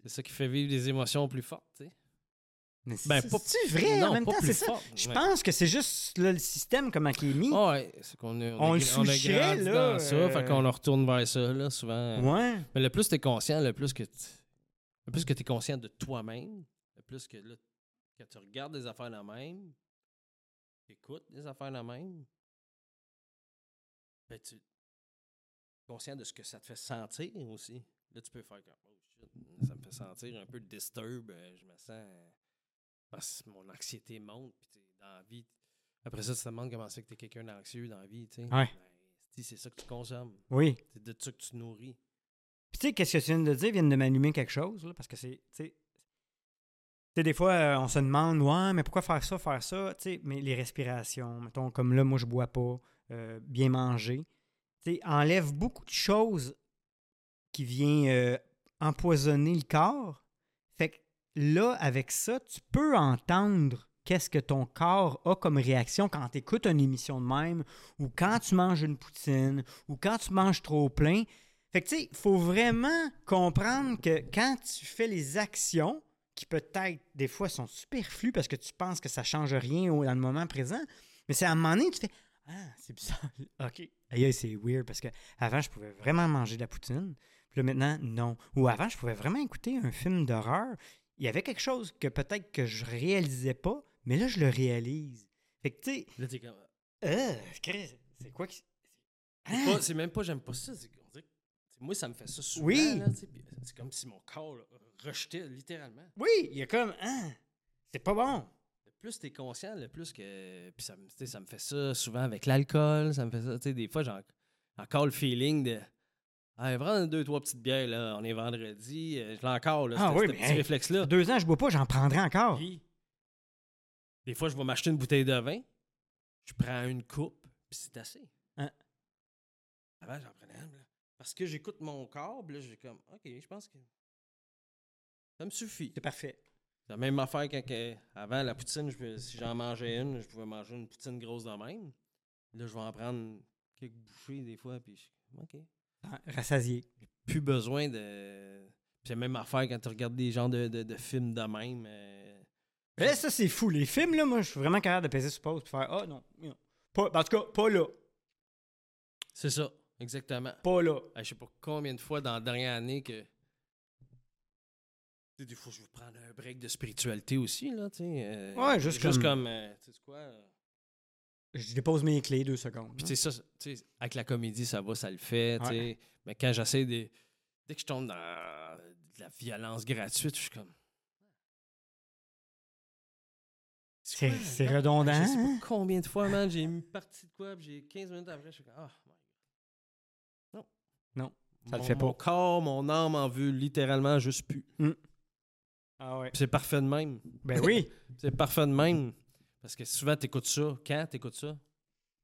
c'est ça qui fait vivre des émotions plus fortes, tu sais.
Mais c'est
Ben,
c'est-
pas-
c'est vrai,
Non,
en même
pas
temps,
plus
c'est ça.
fortes,
Je
mais-
pense que c'est juste là, le système, comment il est mis.
Ah ouais, c'est qu'on a- on,
On
a,
le
gra- on a
souchait,
grandi
là,
dans ça,
euh,
fait qu'on en retourne vers ça, là, souvent.
Ouais.
Mais le plus t'es conscient, le plus que tu le plus que t'es conscient de toi-même, le plus que là, que tu regardes des affaires la même, écoutes des affaires la même, ben tu conscient de ce que ça te fait sentir aussi. Là, tu peux faire comme oh shit, ça me fait sentir un peu disturb, euh, je me sens euh, parce que mon anxiété monte, puis tu sais, dans la vie. Après ça, tu te demandes comment c'est que t'es quelqu'un d'anxieux dans la vie, tu sais.
Ouais.
Ben, si, c'est ça que tu consommes.
Oui.
C'est de ça que tu te nourris.
Puis tu sais, qu'est-ce que tu viens de dire? Viennent de m'allumer quelque chose, là, parce que c'est, tu sais... Tu sais, des fois, euh, on se demande, ouais, mais pourquoi faire ça, faire ça? Tu sais, mais les respirations, mettons, comme là, moi, je bois pas, euh, bien manger, tu sais, enlève beaucoup de choses qui viennent euh, empoisonner le corps. Fait que là, avec ça, tu peux entendre qu'est-ce que ton corps a comme réaction quand tu écoutes une émission de même, ou quand tu manges une poutine, ou quand tu manges trop plein. Fait que, tu sais, il faut vraiment comprendre que quand tu fais les actions, qui peut-être des fois sont superflues parce que tu penses que ça change rien au- dans le moment présent, mais c'est à un moment donné, tu fais Ah, c'est bizarre. OK. Aïe, aïe, c'est weird parce que avant, je pouvais vraiment manger de la poutine. Puis là, maintenant, non. Ou avant, je pouvais vraiment écouter un film d'horreur. Il y avait quelque chose que peut-être que je réalisais pas, mais là, je le réalise. Fait que, tu sais,
Là, t'es comme.
euh, Chris, c'est quoi qui.
C'est pas- C'est même pas j'aime pas ça. c'est qu'on dirait que- c'est- Moi, ça me fait ça souvent.
Oui.
là, tu sais, puis C'est comme si mon corps là, rejetait littéralement.
Oui, il y a comme, hein, c'est pas bon.
Le plus t'es conscient, le plus que. Puis ça, me- tu sais, ça me fait ça souvent avec l'alcool. Ça me fait ça. Tu sais, des fois, j'ai en- encore le feeling de. Hey, prends deux, trois petites bières, là. On est vendredi. euh, Je l'ai encore, là.
Ah
ce-
oui,
ce
mais
petit
hey,
réflexe-là.
Deux ans, je bois pas, j'en prendrai encore.
Puis, des fois, je vais m'acheter une bouteille de vin, je prends une coupe, puis c'est assez.
Hein?
Avant, j'en prenais une, là. Parce que j'écoute mon corps, puis là, j'ai comme, OK, je pense que ça me suffit.
C'est parfait.
La même affaire quand, que- avant la poutine, je peux- si j'en mangeais une, je pouvais manger une poutine grosse de même. Là, je vais en prendre quelques bouchées des fois, puis je suis comme, OK.
Ah, Rassasié.
Plus besoin de... Puis la même affaire quand tu regardes des genres de, de- de films de même. euh,
Ben, ça, c'est fou. Les films, là, moi, je suis vraiment capable de peser sur pause et faire Ah non. non. Pas, ben, en tout cas, pas là.
C'est ça, exactement.
Pas là.
Hey, Euh, je sais pas combien de fois dans la dernière année que. Tu sais, des fois, je vais prendre un break de spiritualité aussi, là, tu sais. euh,
Ouais, juste
juste
comme-
comme. euh, tu sais quoi. euh,
Je dépose mes clés deux secondes.
Puis, tu sais, ça, tu sais, avec la comédie, ça va, ça le fait, tu sais.
Ouais.
Mais quand j'essaie de. Dès que je tombe dans de la violence gratuite, je suis comme.
C'est-
quoi,
c'est
man?
redondant,
Je sais pas
hein?
combien de fois, man, j'ai mis partie de quoi, puis j'ai 15 minutes après, je suis comme. Ah, my God. Non.
Non, ça le
Mon-
fait pas.
Mon corps, mon âme en veut littéralement juste plus.
Ah ouais.
Puis c'est parfait de même.
Ben oui.
C'est parfait de même. Parce que souvent, t'écoutes ça. Quand t'écoutes ça?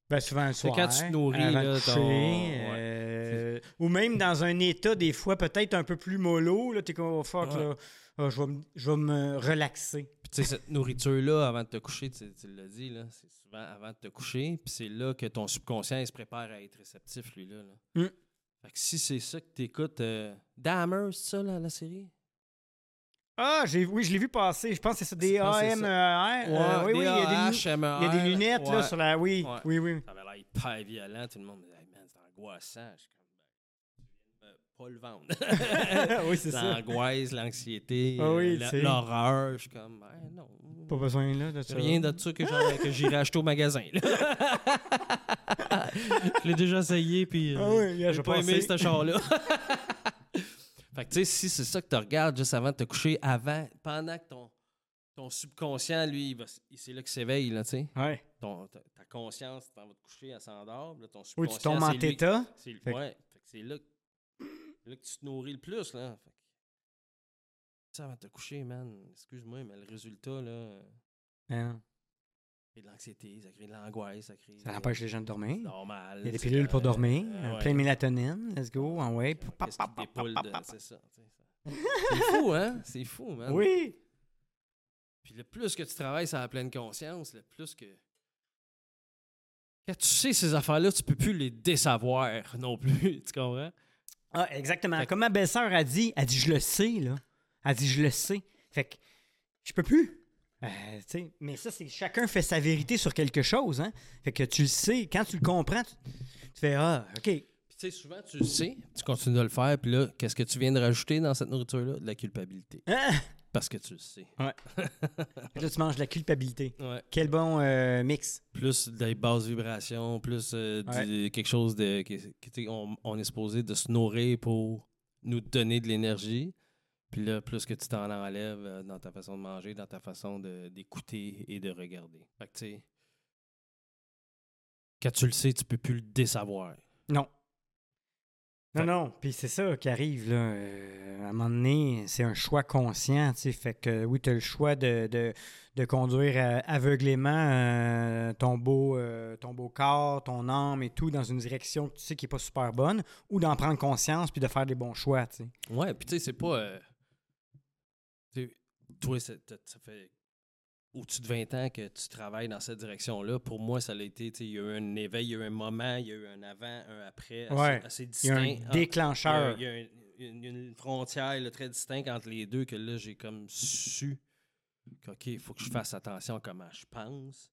Ben souvent le
C'est
soir.
quand tu te nourris,
avant de
là,
coucher,
ton-
euh, Ou même dans un état, des fois, peut-être un peu plus mollo. Là, t'es comme oh, fuck,
Ouais.
là. Ah, je, vais me, je vais me relaxer.
Puis tu sais, cette nourriture-là, avant de te coucher, tu, tu l'as dit, là, c'est souvent avant de te coucher. Puis c'est là que ton subconscient, il se prépare à être réceptif, lui-là. là.
Mm.
Fait que si c'est ça que t'écoutes... Euh, Dahmer, c'est ça, là, la série?
Ah, j'ai, oui, je l'ai vu passer. Je pense que c'est ça. Des
Je pense que c'est
AMER. E euh, oui, oui, il y a des, lu-
E
il y a des lunettes, là, sur la. Oui,
Ouais.
oui, oui.
Ça avait l'air hyper violent. Tout le monde me disait, hey, man, c'est angoissant. Je suis comme, ben, tu viens de me pas le vendre.
oui, c'est ça.
L'angoisse, l'anxiété,
Ah oui,
euh, la-
tu sais.
l'horreur. Je suis comme, ben, non.
Pas besoin, là, de ça.
Rien de ça que, j'aurais- que j'irais acheter au magasin. là. je l'ai déjà essayé, puis euh,
Ah oui, gars,
j'ai
j'ai
pas aimé
passé.
ce char-là. fait que tu sais, si c'est ça que tu regardes juste avant de te coucher, avant, pendant que ton, ton subconscient, lui, il va s- c'est là qu'il s'éveille, là, tu sais.
Ouais.
Ton- ta, ta conscience, t'en vas te coucher, elle s'endort, puis là, ton
Ou
subconscient,
tu tombes en
c'est lui-
tétat.
c'est lui-
Fait que-
ouais, fait que c'est là, que- c'est là que tu te nourris le plus, là. Fait que- Ça, avant de te coucher, man, excuse-moi, mais le résultat, là... euh,
Hein,
crée de l'anxiété, ça crée de l'angoisse, ça crée.
Ça empêche les gens de
C'est
dormir.
Normal.
Il y a des
c'est
pilules
que-
pour dormir.
euh,
euh,
ouais,
Plein de mélatonine. Let's go. Ah En way.
ouais,
Pa,
qu'est-ce
pa,
qui
pa,
dépoule
pa,
de-
pa,
C'est ça. tu sais, ça. C'est fou, hein? C'est fou,
pa.
man.
Oui.
Puis le plus que tu travailles sur la pleine conscience, le plus que. Quand tu sais ces affaires-là, tu peux plus les désavoir non plus. Tu comprends?
Ah, exactement.
Fait que-
Comme ma belle-sœur a dit, elle dit, je le sais, là. Elle dit, je le sais. Fait que, je peux plus. Euh, tu sais, mais ça, c'est chacun fait sa vérité sur quelque chose, hein. Fait que tu le sais, quand tu le comprends, tu, tu fais, ah, OK.
Puis tu sais, souvent, tu le sais, tu continues de le faire, puis là, qu'est-ce que tu viens de rajouter dans cette nourriture-là? De la culpabilité.
Ah!
Parce que tu le sais.
Là, tu manges de la culpabilité.
Ouais.
Quel bon euh, mix.
plus des basses vibrations, plus euh, du- quelque chose de. qui- qui, tu sais, on, on est supposé de se nourrir pour nous donner de l'énergie. Puis là, plus que tu t'en enlèves euh, dans ta façon de manger, dans ta façon de- d'écouter et de regarder. Fait que tu sais, quand tu le sais, tu peux plus le désavoir.
Non. Non,
Fait-
non. Puis c'est ça qui arrive, là. Euh, à un moment donné, c'est un choix conscient, tu sais. Fait que oui, tu as le choix de, de, de conduire euh, aveuglément euh, ton, beau, euh, ton beau corps, ton âme et tout dans une direction que tu sais qui n'est pas super bonne ou d'en prendre conscience puis de faire des bons choix, tu sais.
Ouais, puis tu sais, c'est pas. euh, tu sais, toi, ça, t'as- ça fait au-dessus de 20 ans que tu travailles dans cette direction-là. Pour moi, ça l'a été. tu sais, Il y a eu un éveil, il y a eu un moment, il y a eu un avant, un après, assez,
Ouais.
assez
Il y a
distinct.
un
Ah,
déclencheur.
il y a, il y a un- une, une frontière là, très distincte entre les deux que là, j'ai comme su que, OK, il faut que je fasse attention à comment je pense.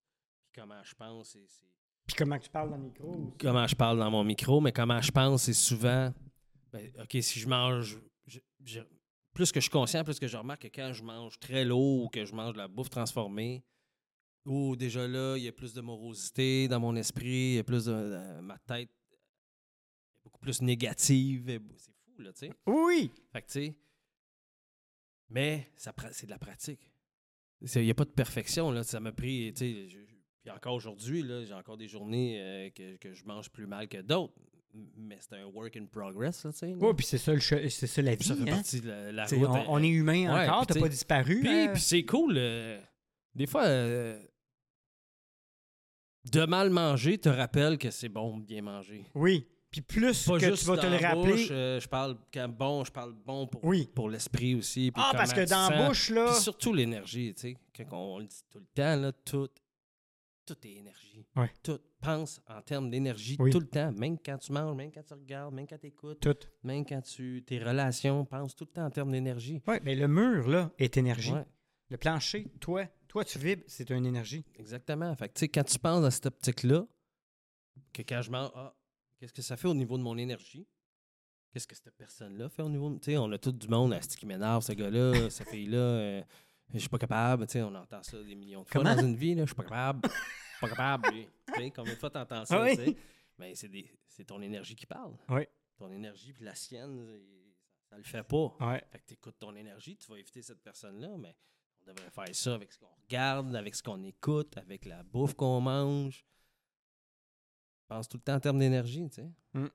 Puis comment je pense, c'est- c'est
Puis comment tu parles dans le micro. aussi.
comment je parle dans mon micro, mais comment je pense, c'est souvent ben, OK, si je mange. je- je- plus que je suis conscient, plus que je remarque que quand je mange très lourd ou que je mange de la bouffe transformée, ou déjà là, il y a plus de morosité dans mon esprit, il y a plus de. de- ma tête est beaucoup plus négative. et- C'est fou, là, tu sais.
Oui,
Fait que, tu sais. Mais ça, pra- c'est de la pratique. Il n'y a pas de perfection, là. Ça m'a pris, tu sais. je- je- Puis encore aujourd'hui, là, j'ai encore des journées euh, que, que je mange plus mal que d'autres. M- Mais c'est un work in progress, là, tu sais. là.
oui Oh, puis c'est ça, le che- c'est ça la vie.
Ça fait
hein.
partie de la, la
T'sais,
route.
on, on est humain
Ouais,
encore,
puis
t'as
t'sais-
pas disparu.
Puis,
hein.
puis c'est cool. euh, des fois, euh, de mal manger te rappelle que c'est bon de bien manger.
Oui. Puis plus
Pas
que
juste
tu vas te
dans
le
la
rappeler.
bouche, euh, je parle quand bon, je parle bon pour,
Oui.
pour l'esprit aussi. puis
Ah, parce que
comment tu
dans la
sens.
bouche, là.
Puis surtout l'énergie, tu sais, quand on, on le dit tout le temps, là, tout, tout est énergie.
Ouais.
Tout. Pense en termes d'énergie
Oui.
tout le temps, même quand tu manges, même quand tu regardes, même quand tu écoutes,
Tout.
même quand tu tes relations, pense tout le temps en termes d'énergie.
Oui, mais le mur, là, est énergie.
Ouais,
Le plancher, toi, toi, tu vibres, c'est une énergie.
exactement. Fait que, tu sais, quand tu penses dans cette optique-là, que quand je mange, ah, qu'est-ce que ça fait au niveau de mon énergie? Qu'est-ce que cette personne-là fait au niveau de... Tu sais, on a tout du monde, à qui m'énerve, ce gars-là, cette fille-là, euh, je suis pas capable. Tu sais, on entend ça des millions de fois
Comment?
dans une vie, là, je suis pas capable. pas capable, lui. Tu sais, combien de fois t'entends ça,
Ah oui?
tu sais? Ben, c'est, des- c'est ton énergie qui parle.
Oui.
Ton énergie, puis la sienne, c'est- ça le fait pas.
Ouais.
Fait que t'écoutes ton énergie, tu vas éviter cette personne-là, mais on devrait faire ça avec ce qu'on regarde, avec ce qu'on écoute, avec la bouffe qu'on mange. Pense tout le temps en termes d'énergie, tu sais.
Mm.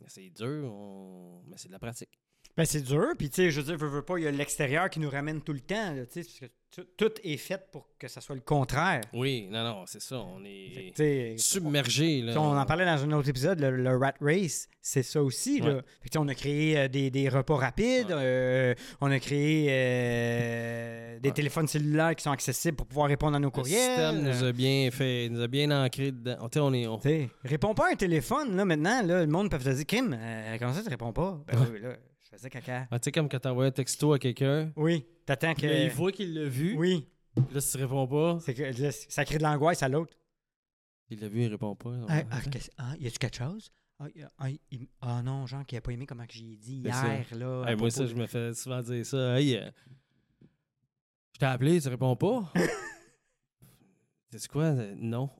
Mais C'est dur, on- mais c'est de la pratique.
Ben, c'est dur, puis tu sais, je veux dire, veux, veux pas, il y a l'extérieur qui nous ramène tout le temps, là, tu sais, parce que tu- tout est fait pour que ça soit le contraire.
Oui, non, non, c'est ça, on
Fait
est
que, tu sais,
submergé.
tu
Là.
sais, on en parlait dans un autre épisode, le, le Rat Race, c'est ça aussi. Là.
Ouais.
Fait que, tu sais, on a créé euh, des, des repas rapides,
Ouais.
euh, on a créé euh, des
Ouais.
téléphones cellulaires qui sont accessibles pour pouvoir répondre à nos
Le
courriels.
système nous a bien fait, nous a bien ancré dedans. On- tu sais, on est, on-
Tu sais, réponds pas à un téléphone, là, maintenant, là, le monde peut te dire, Kim, euh, comment ça tu réponds pas? Ben oui, là, je faisais caca.
Ah, tu sais, comme quand t'envoies un texto à quelqu'un,
Oui, t'attends
puis là, il
que.
voit qu'il l'a vu,
Oui,
là, si tu réponds pas,
c'est que là, ça crée de l'angoisse à l'autre.
il l'a vu, il répond pas.
Ah, ah, qu'est-ce- ah, y a-tu quelque chose? Ah, y a- ah, il- ah non, Jean qui a pas aimé comment que j'ai dit
C'est ça.
hier, là. à
Hey,
propos
moi, ça,
de-
je me fais souvent dire ça. Hey, euh, je t'ai appelé, tu réponds pas. C'est quoi? Euh, Non.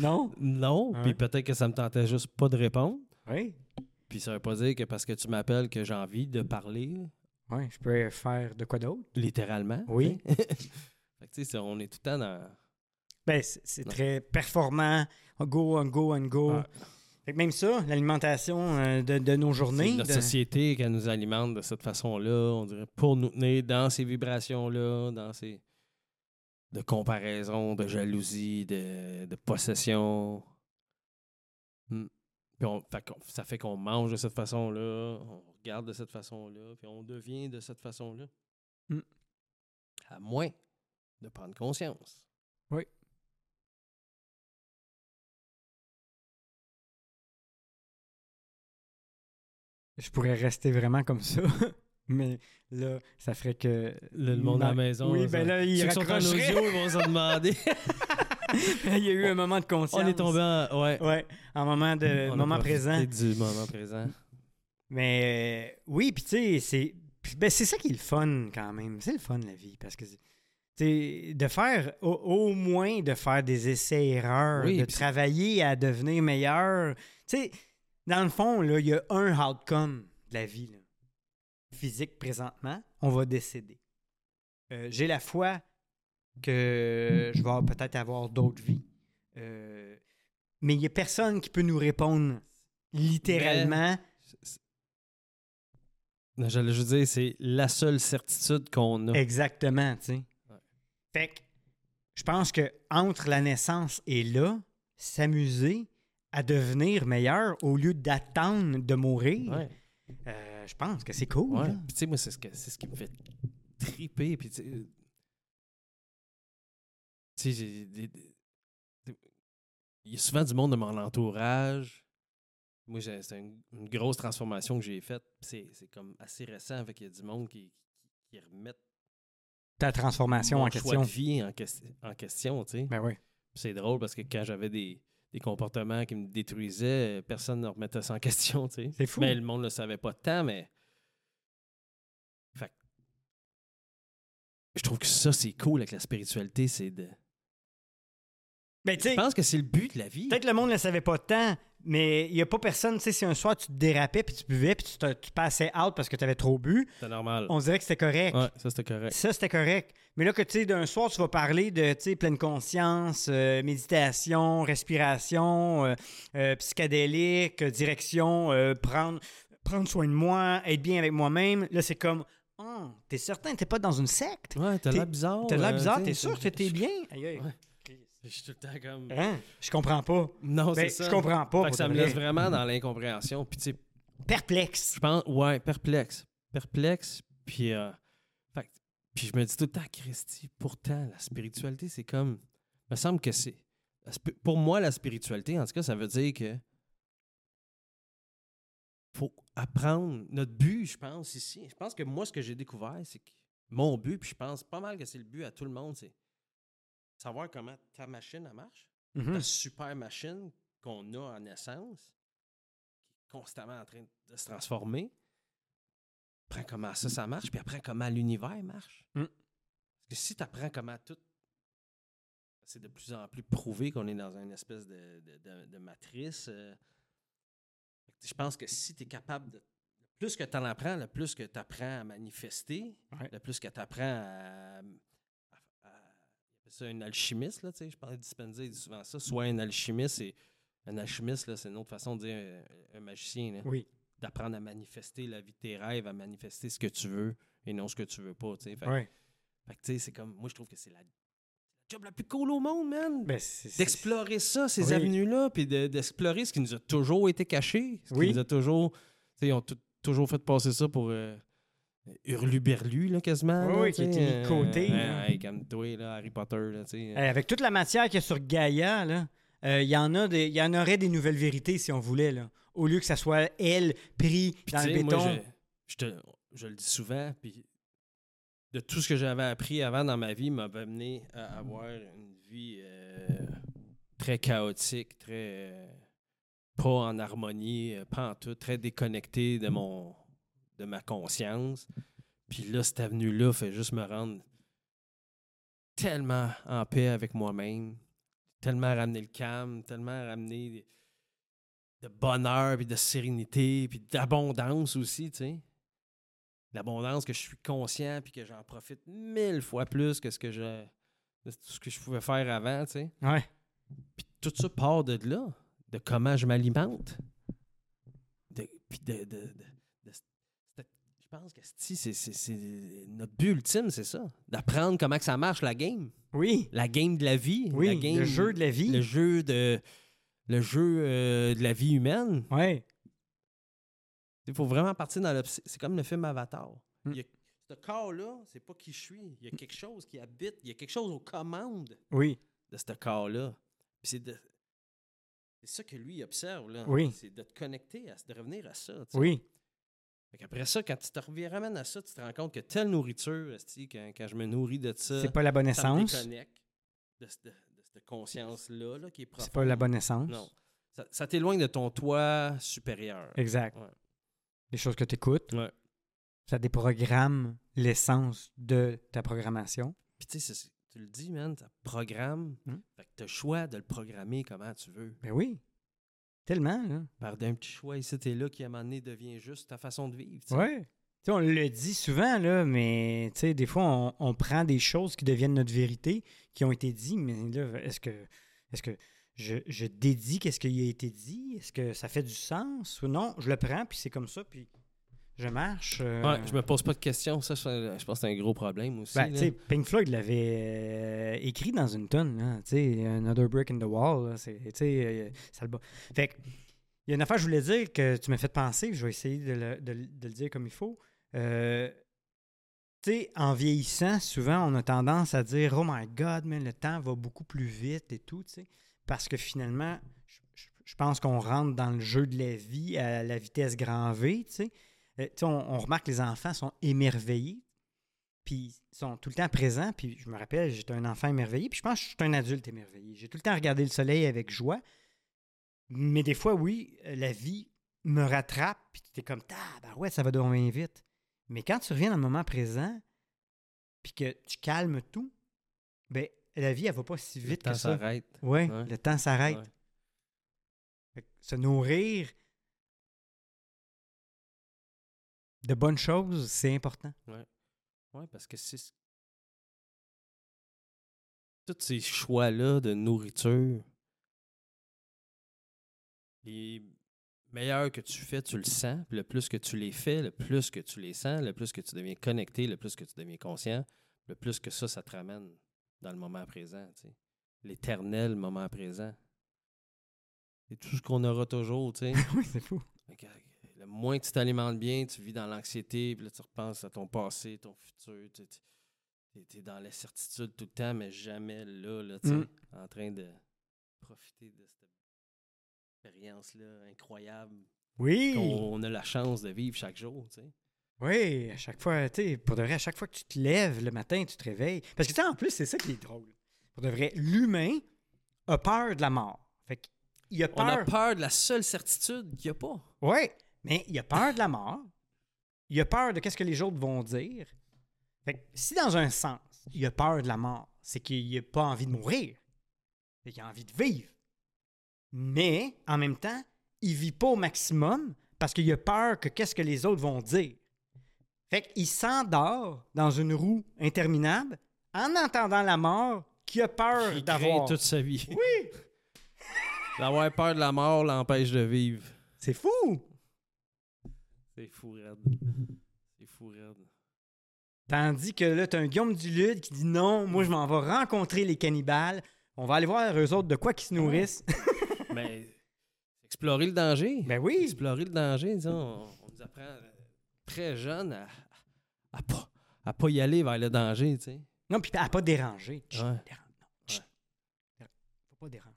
Non?
non.
Ouais.
Puis peut-être que ça me tentait juste pas de répondre.
Oui.
Puis ça veut pas dire que parce que tu m'appelles que j'ai envie de parler,
Oui, je peux faire de quoi d'autre?
littéralement.
Oui.
tu sais. fait que, tu sais, c'est- on est tout le temps dans.
Ben, c'est- c'est
Non.
très performant. On Go, on go, on go.
Ouais.
Fait que même ça, l'alimentation euh, de, de nos
C'est
journées.
notre
de-
société qui nous alimente de cette façon-là, on dirait, pour nous tenir dans ces vibrations-là, dans ces. de comparaison, de jalousie, de, de possession. Mm. Puis on- fait qu'on- ça fait qu'on mange de cette façon-là, on regarde de cette façon-là, puis on devient de cette façon-là.
Mm.
Hmm. À moins de prendre conscience.
Oui. Je pourrais rester vraiment comme ça. Mais là, ça ferait que.
Le, le monde à la maison.
Oui, ben
ça-
là, il
Ceux qui sont en
raccrocherait.
audio, ils vont se demander.
il y a eu un moment de conscience.
on est tombé en. Ouais.
Ouais, un moment, de,
On a
moment
profité
présent.
du moment présent.
Mais euh, oui, puis tu sais, c'est puis, ben, c'est ça qui est le fun quand même. C'est le fun la vie parce que tu sais, de faire au, au moins de faire des essais erreurs,
Oui,
de
puis c'est-
travailler à devenir meilleur. Tu sais, dans le fond là, il y a un outcome de la vie là. physique présentement, on va décéder. Euh, J'ai la foi que je vais peut-être avoir d'autres vies. Euh, mais il n'y a personne qui peut nous répondre littéralement.
Non, J'allais juste dire, c'est la seule certitude qu'on
Eh
a.
Exactement, tu sais.
Ouais.
Fait que je pense que entre la naissance et là, s'amuser à devenir meilleur au lieu d'attendre de mourir,
Ouais,
euh, je pense que c'est cool.
ouais.
là.
Puis tu sais, moi, c'est ce, que- c'est ce qui me fait triper. Puis tu sais, euh, tu sais, j'ai des- des- tu sais, il y a souvent du monde de mon entourage. Moi, j'ai- c'est une, une grosse transformation que j'ai faite. Puis C'est c'est comme assez récent avec il y a du monde qui, qui remettent
Ta transformation
mon
en
choix
question.
de vie en, ques- en question, tu sais.
Ben oui.
Puis C'est drôle parce que quand j'avais des, des comportements qui me détruisaient, personne ne remettait ça en question, tu sais.
C'est fou.
Mais le monde ne le savait pas de temps, mais. Fait que- Je trouve que ça, c'est cool avec la spiritualité, c'est de.
Mais Ben, tu sais,
Je pense que c'est le but de la vie.
peut-être le monde ne le savait pas tant, mais il n'y a pas personne. Tu sais, si un soir tu te dérapais, puis tu buvais, puis tu, te- tu passais out parce que tu avais trop bu,
C'est normal.
on dirait que c'était correct.
Ouais, ça, c'était correct.
Ça, c'était correct. Mais là, que tu sais, d'un soir, tu vas parler de tu sais, pleine conscience, euh, méditation, respiration, euh, euh, psychédélique, euh, direction, euh, prendre, prendre soin de moi, être bien avec moi-même. Là, c'est comme, oh, t'es certain, t'es pas dans une secte?
Ouais, t'as
T'es-
l'air bizarre.
T'as l'air
euh,
bizarre,
tu
t'es
sais,
sûr que t'es bien? Aïe, aïe.
Ouais. Je suis tout le temps comme.
Hein? Je comprends pas.
Non,
Ben,
Oh, c'est ça.
je comprends pas.
Fait
pour
que ça
de
me
vrai.
laisse vraiment dans l'incompréhension. Puis, tu sais,
Perplexe.
je pense, ouais, perplexe. Perplexe. Puis, euh, fait que- puis je me dis tout le temps, Christy, pourtant, la spiritualité, c'est comme. me semble que c'est. la spi- Pour moi, la spiritualité, en tout cas, ça veut dire que. faut apprendre notre but, je pense, ici. Je pense que moi, ce que j'ai découvert, c'est que mon but, puis je pense pas mal que c'est le but à tout le monde, c'est savoir comment ta machine, elle marche
Mhm.
la super machine qu'on a en essence, qui est constamment en train de se transformer, apprends comment ça, ça marche, puis apprends comment l'univers marche.
Mm.
Parce que si tu apprends comment tout. C'est de plus en plus prouvé qu'on est dans une espèce de, de- de- de matrice. euh. Je pense que si tu es capable de. Le plus que tu en apprends, le plus que tu apprends à manifester,
Ouais.
le plus que tu apprends à, à- à- c'est un alchimiste, là, tu sais, je parlais de Dispenza, il dit souvent ça. Soit un alchimiste, et un alchimiste, là, c'est une autre façon de dire euh, un, un magicien, là.
Oui.
d'apprendre à manifester la vie de tes rêves, à manifester ce que tu veux et non ce que tu veux pas, tu sais. Fait, que-
Ouais.
fait que, tu sais, c'est comme, moi, je trouve que c'est la job la plus cool au monde, man!
Ben, c'est- c'est-
D'explorer ça, ces
Oui.
avenues-là, puis de- d'explorer ce qui nous a toujours été caché, ce qui
Oui.
nous a toujours, tu sais, ils ont tout- toujours fait passer ça pour... euh, Hurluberlu, là, quasiment.
Oui,
là,
oui,
tu
qui
sais, euh,
était mis de côté,
ouais,
là.
ouais, calme-toi, là, Harry Potter, là, tu sais.
Euh, avec toute la matière qu'il y a sur Gaïa, là, euh, il y en a des- il y en aurait des nouvelles vérités si on voulait, là. Au lieu que ça soit elle pris
Puis
dans
tu
le
sais,
béton.
moi, je, je te- je le dis souvent, puis de tout ce que j'avais appris avant dans ma vie m'a amené à avoir une vie euh, très chaotique, très euh, pas en harmonie, euh, pas en tout, très déconnecté de mon de ma conscience. Puis là, cette avenue-là fait juste me rendre tellement en paix avec moi-même, tellement ramener le calme, tellement ramener de bonheur, puis de sérénité, puis d'abondance aussi, tu sais. L'abondance que je suis conscient, puis que j'en profite mille fois plus que ce que je, de tout ce que je pouvais faire avant, tu sais.
Ouais.
Puis tout ça part de là, de comment je m'alimente. De- Puis de... de, de- de- de- je pense que c'est- c'est c'est- c'est- notre but ultime, c'est ça. D'apprendre comment que ça marche, la game.
Oui.
La game de la vie.
Oui,
la game-
le jeu de la vie.
le jeu de le jeu euh, de la vie humaine.
Ouais.
Il faut vraiment partir dans le c'est comme le film Avatar.
Mm.
Il y a- ce corps là, c'est pas qui je suis, il y a quelque chose qui habite, il y a quelque chose aux commandes
Oui.
de ce corps là. Puis c'est de c'est ça que lui il observe là.
Oui.
C'est de te connecter à de revenir à ça. tu sais.
Oui.
Fait qu'après ça quand tu te reviens- ramènes à ça, tu te rends compte que telle nourriture, esti, quand, quand je me nourris de ça,
C'est pas la bonne
ça me
essence.
déconnecte de, ce- de- de cette conscience là là qui est profonde.
C'est pas la bonne essence.
Non. Ça, ça t'éloigne de ton toit supérieur.
Exact.
Ouais.
Les choses que tu écoutes,
Ouais.
ça déprogramme l'essence de ta programmation.
Puis tu sais, c'est- tu le dis, man, ça programme.
Mhm.
Fait que t'as le choix de le programmer comment tu veux.
Ben oui. Tellement, là.
Par d'un petit choix ici, t'es là qui, à un moment donné, devient juste ta façon de vivre. tu sais.
Ouais. Tu sais, on le dit souvent, là, mais tu sais, des fois, on, on prend des choses qui deviennent notre vérité, qui ont été dites, mais là, est-ce que, est-ce que je, je dédie qu'est-ce qui a été dit? Est-ce que ça fait du sens ou non? Je le prends, puis c'est comme ça, puis je marche. euh,
Ouais, je me pose pas de questions. Ça, je, je pense que c'est un gros problème aussi.
ben,
là.
tu sais, Pink Floyd l'avait euh, écrit dans une tonne, là, tu sais, Another Brick in the Wall, là, c'est, tu sais, euh, ça le bat. Fait que, il y a une affaire que je voulais dire que tu m'as fait penser, je vais essayer de le, de le- de le dire comme il faut. Euh, tu sais, en vieillissant, souvent, on a tendance à dire « Oh my God, man, le temps va beaucoup plus vite et tout », tu sais, parce que finalement, je- je je pense qu'on rentre dans le jeu de la vie à la vitesse grand V, tu sais. Euh, tu sais, on, on remarque que les enfants sont émerveillés, puis ils sont tout le temps présents. Puis je me rappelle, j'étais un enfant émerveillé, puis je pense que je suis un adulte émerveillé. J'ai tout le temps regardé le soleil avec joie, Mais des fois, oui, euh, la vie me rattrape, puis tu es comme, ah, ben ouais, ça va devenir vite. Mais quand tu reviens dans le moment présent, puis que tu calmes tout, ben la vie, elle va pas si vite
le
que
temps
ça.
s'arrête.
Ouais,
Ouais.
le temps s'arrête.
Ouais.
Fait que Se nourrir de bonnes choses, c'est important.
Ouais, parce que c'est. ce- Tous ces choix-là de nourriture, les meilleurs que tu fais, tu le sens. puis Le plus que tu les fais, le plus que tu les sens, le plus que tu deviens connecté, le plus que tu deviens conscient, le plus que ça, ça te ramène dans le moment présent. tu sais. L'éternel moment présent. C'est tout ce qu'on aura toujours, tu sais.
oui, c'est fou.
Fait que, Le moins que tu t'alimentes bien, tu vis dans l'anxiété, puis là, tu repenses à ton passé, ton futur. Tu es dans l'incertitude tout le temps, mais jamais là, là tu sais,
Mm.
en train de profiter de cette expérience-là incroyable
Oui.
qu'on a la chance de vivre chaque jour. tu sais.
Oui, à chaque fois, tu sais, pour de vrai, à chaque fois que tu te lèves le matin, tu te réveilles. Parce que, tu sais, en plus, c'est ça qui est drôle. Pour de vrai, l'humain a peur de la mort. Fait qu'il a
On a
peur.
peur de la seule certitude qu'il n'y a pas.
Oui, mais il a peur de la mort. Il a peur de qu'est-ce que les autres vont dire. Fait que si dans un sens, il a peur de la mort, c'est qu'il n'a pas envie de mourir. Fait qu'il a envie de vivre. Mais, en même temps, il vit pas au maximum parce qu'il a peur que qu'est-ce que les autres vont dire. Fait qu'il s'endort dans une roue interminable en entendant la mort qui a peur
Il
d'avoir.
craint toute sa vie.
Oui!
D'avoir peur de la mort l'empêche de vivre.
C'est fou!
C'est fou, raide. C'est fou, raide.
Tandis que là, t'as un Guillaume Dulude qui dit non, moi je m'en vais rencontrer les cannibales. On va aller voir eux autres de quoi qu'ils se nourrissent.
Mais explorer le danger.
ben oui,
explorer le danger. disons, on, on nous apprend euh, très jeune à, à, pas, à pas y aller vers le danger, tu sais.
non, puis à pas déranger. Chut,
Ouais.
dérange- non, chut. Faut pas déranger.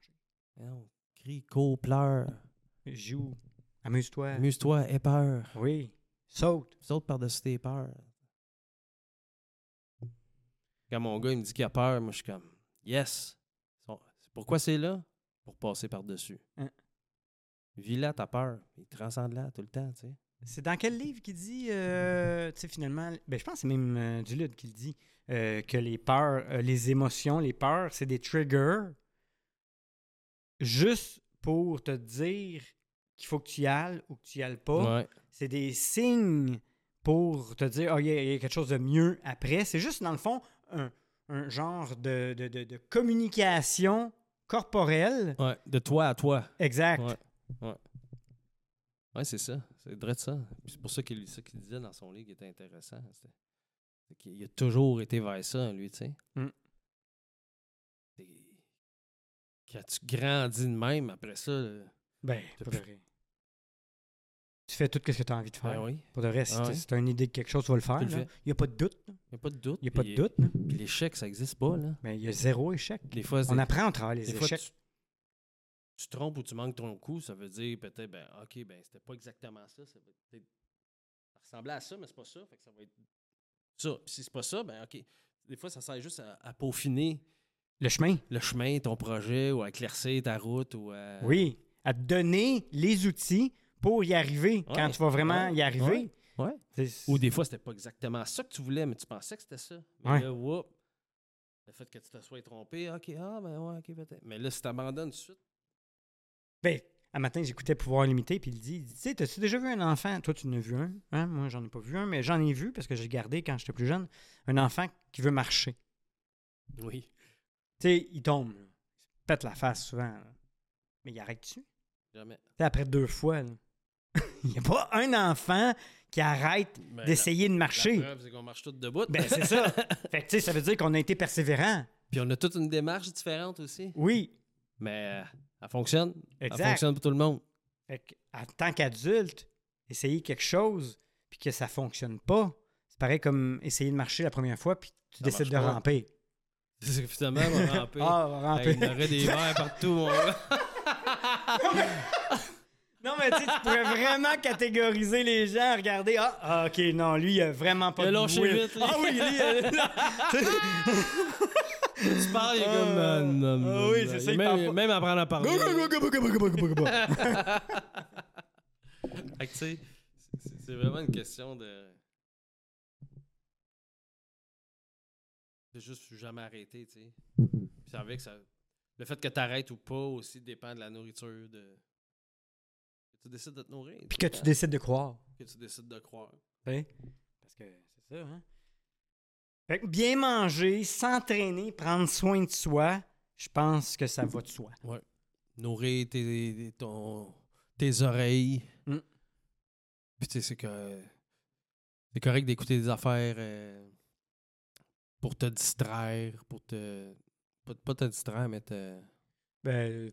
Non, Hein, crie, cours, pleure,
Joue, amuse-toi.
amuse-toi, aie peur,
Oui, saute.
saute par-dessus tes peurs. Quand mon gars il me dit qu'il a peur, moi je suis comme Yes! Bon, Pourquoi c'est là? Pour passer par-dessus.
Hein.
Vis là ta peur, il transcende là tout le temps, tu sais.
C'est dans quel livre qui dit, euh, tu sais, finalement, ben, je pense que c'est même euh, Dulude qui le dit, euh, que les peurs, euh, les émotions, les peurs, c'est des triggers juste pour te dire qu'il faut que tu y ailles ou que tu y ailles pas.
Ouais.
C'est des signes pour te dire, Ah, il y, a- il y a quelque chose de mieux après. C'est juste, dans le fond, un, un genre de, de- de- de communication corporelle.
Ouais, De toi à toi.
Exact.
Ouais. Oui, c'est ça. C'est vrai de ça. Puis C'est pour ça qu'il ça qu'il disait dans son livre qui était intéressant. C'était- c'est qu'il- Il a toujours été vers ça, lui, tu sais.
Mm.
C'est- Quand tu grandis de même après ça, là,
Ben,
T'as
pour
plus-
de vrai. Tu fais tout ce que tu as envie de faire.
ben oui,
Pour de vrai, si
Ah
tu
ouais.
as une idée de quelque chose, tu vas le faire.
Tu le
là.
fais.
Il n'y a pas de doute. là.
il n'y a pas de doute.
Il n'y a pas de
puis-
doute. là.
Puis l'échec, ça n'existe pas, là.
Mais il y a zéro échec.
Des fois,
On
c'est-
apprend à travers les
des fois,
échecs.
tu, tu trompes ou tu manques ton coup, ça veut dire peut-être, ben, OK, ben, c'était pas exactement ça. Ça, va être peut-être- ça ressemblait à ça, mais c'est pas ça. Fait que ça va être ça. Puis si c'est pas ça, ben, OK. Des fois, ça sert juste à, à peaufiner
Le chemin.
le chemin, ton projet, ou à éclaircir ta route, ou à.
Oui. À te donner les outils pour y arriver
Ouais.
quand tu vas vraiment
Ouais.
y arriver.
Ouais.
C'est-
Ou des fois, c'était pas exactement ça que tu voulais, mais tu pensais que c'était ça. Mais
Ouais.
là, whoop, le fait que tu te sois trompé, OK, ah, ben, ouais, OK, peut-être. Mais là, si t'abandonnes tout de suite,
Ben, un matin, j'écoutais Pouvoir limité, puis il dit, il dit, tu sais, t'as-tu déjà vu un enfant? Toi, tu n'as vu un. Hein? Moi, j'en ai pas vu un, mais j'en ai vu parce que j'ai gardé quand j'étais plus jeune. Un enfant qui veut marcher.
oui.
Tu sais, il tombe. là. Il se pète la face souvent. là. Mais il arrête dessus.
Jamais.
après deux fois, là. il n'y a pas un enfant qui arrête
Ben,
d'essayer de
la-
marcher.
La preuve, c'est qu'on marche tous debout.
Ben, c'est ça. fait que, tu sais, ça veut dire qu'on a été persévérant.
Puis on a toute une démarche différente aussi.
Oui,
Mais euh, elle fonctionne. Elle
exact.
fonctionne pour tout le monde.
Fait que, en tant qu'adulte, essayer quelque chose puis que ça fonctionne pas, c'est pareil comme essayer de marcher la première fois puis tu
Ça
décides de
marche pas.
ramper.
C'est que finalement, on va ramper.
Ah, on va ramper.
Hey, il y aurait des verres partout, mon gars.
non, mais tu sais, tu pourrais vraiment catégoriser les gens, regarder, ah, ah, ok, non, lui, il euh, a vraiment pas
Il a
de
lâché
will.
vite, lui.
Ah oui, lui, il a- Tu sais,
Tu parles, il est comme.
Euh,
euh, non, non,
ah oui,
non.
c'est ça, il
Même,
parle pas.
même apprendre à parler.
Moi,
Fait que, tu sais, c'est- c'est vraiment une question de. C'est juste, je suis jamais arrêté, tu sais.
Mm-hmm.
Puis c'est avec ça. Le fait que t'arrêtes ou pas aussi dépend de la nourriture, de. Que tu décides de te nourrir.
Puis
tout
que
le
tu
temps,
décides de croire.
Que tu décides de croire.
T'sais? Parce que c'est ça, hein? Fait que bien manger, s'entraîner, prendre soin de soi, je pense que ça va de soi.
Nourrir tes, ton, tes oreilles.
Mm.
Puis tu sais, c'est que. C'est correct d'écouter des affaires euh, pour te distraire, pour te. Pas, pas te distraire, mais te.
Ben,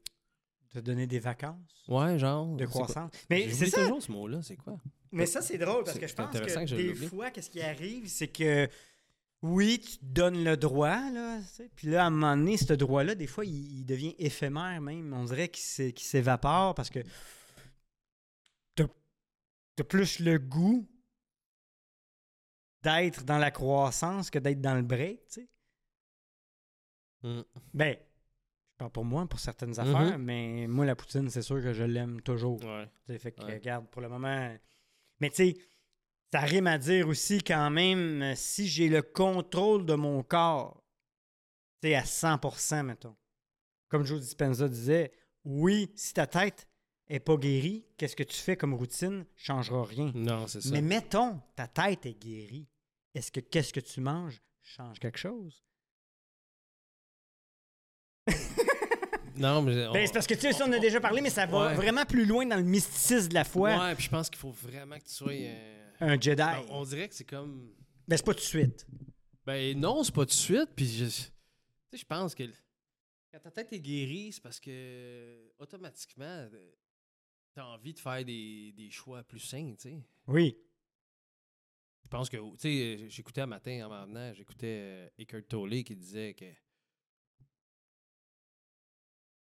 te donner des vacances
Ouais, genre.
de
c'est quoi-
croissance. Mais c'est
J'oublie
ça,
toujours ce mot-là, c'est quoi?
mais ça c'est drôle parce
C'est-
que je
c'est
pense
intéressant
que,
que je
des
l'oublie.
fois, qu'est-ce qui arrive, c'est que oui, tu te donnes le droit, là, tu sais, puis là, à un moment donné, ce droit-là, des fois, il, il devient éphémère même. On dirait qu'il s'é- qu'il s'évapore parce que t'as t'as plus le goût d'être dans la croissance que d'être dans le break, tu sais.
Mm.
Ben, je parle pour moi, pour certaines affaires,
Mhm.
mais moi, la poutine, c'est sûr que je l'aime toujours.
Ouais.
Tu sais, fait que,
Ouais.
regarde, pour le moment. Mais tu sais, ça rime à dire aussi quand même euh, si j'ai le contrôle de mon corps, tu sais, à 100 mettons. Comme Joe Dispenza disait, oui, si ta tête est pas guérie, qu'est-ce que tu fais comme routine changera rien.
Non, c'est ça.
Mais mettons, ta tête est guérie. Est-ce que qu'est-ce que tu manges change quelque chose?
Non, mais. on-
Ben, c'est parce que tu sais, ça, on en a déjà parlé, mais ça va
Ouais.
vraiment plus loin dans le mysticisme de la foi.
Ouais, puis je pense qu'il faut vraiment que tu sois. euh,
Un Jedi.
ben, on dirait que c'est comme.
Ben, c'est pas tout de suite.
Ben non, c'est pas tout de suite, puis je. Tu sais, je pense que. Quand ta tête est guérie, c'est parce que. euh, Automatiquement, euh, t'as envie de faire des, des choix plus sains, tu sais.
Oui.
Je pense que, tu sais, euh, j'écoutais un matin en m'en venant, j'écoutais euh, Eckhart Tolle qui disait que.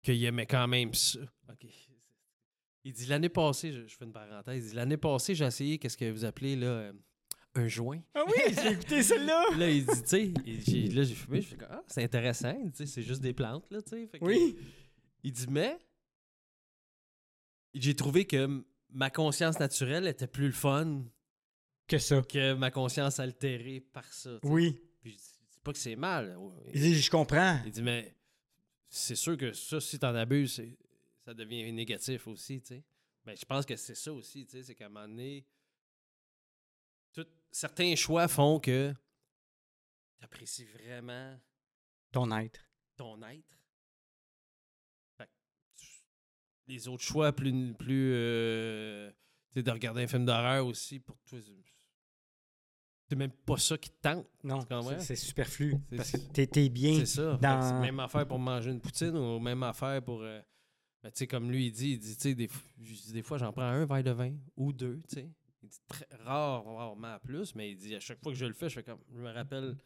qu'il aimait quand même ça. OK. Il dit l'année passée, je, je fais une parenthèse, il dit l'année passée, j'ai essayé, qu'est-ce que vous appelez là, euh, un joint.
Ah oui, j'ai écouté celle-là.
Puis là, il dit, tu sais, il- j'ai- là, j'ai fumé, je fais comme, ah, c'est intéressant, il dit, tu sais, c'est juste des plantes, là, tu sais. Fait que-
Oui.
Il dit, mais j'ai trouvé que m- ma conscience naturelle était plus le fun
Que ça.
que ma conscience altérée par ça. tu sais.
Oui.
Puis je dis, je dis pas que c'est mal.
Il
Il,
dit, je comprends.
il dit, mais c'est sûr que ça, si t'en abuses, c'est- ça devient négatif aussi, tu sais. Mais je pense que c'est ça aussi, tu sais, c'est qu'à un moment donné, tout- certains choix font que t'apprécies vraiment
Ton être.
ton être. Fait que tu- les autres choix plus... plus euh, tu sais, de regarder un film d'horreur aussi, pour toi, c'est- c'est même pas ça qui te tente.
Non,
comprends,
c'est-
ouais.
c'est superflu.
C'est-
Parce que t'es t'es bien.
C'est ça. Fait que
dans-
c'est Même affaire pour manger une poutine ou même affaire pour. euh, ben, tu sais, comme lui, il dit, il dit, tu sais, des, f- je dis, des fois, j'en prends un verre de vin ou deux, tu sais. Il dit très rare, rarement à plus, mais il dit à chaque fois que je le fais, je fais comme. Je me rappelle,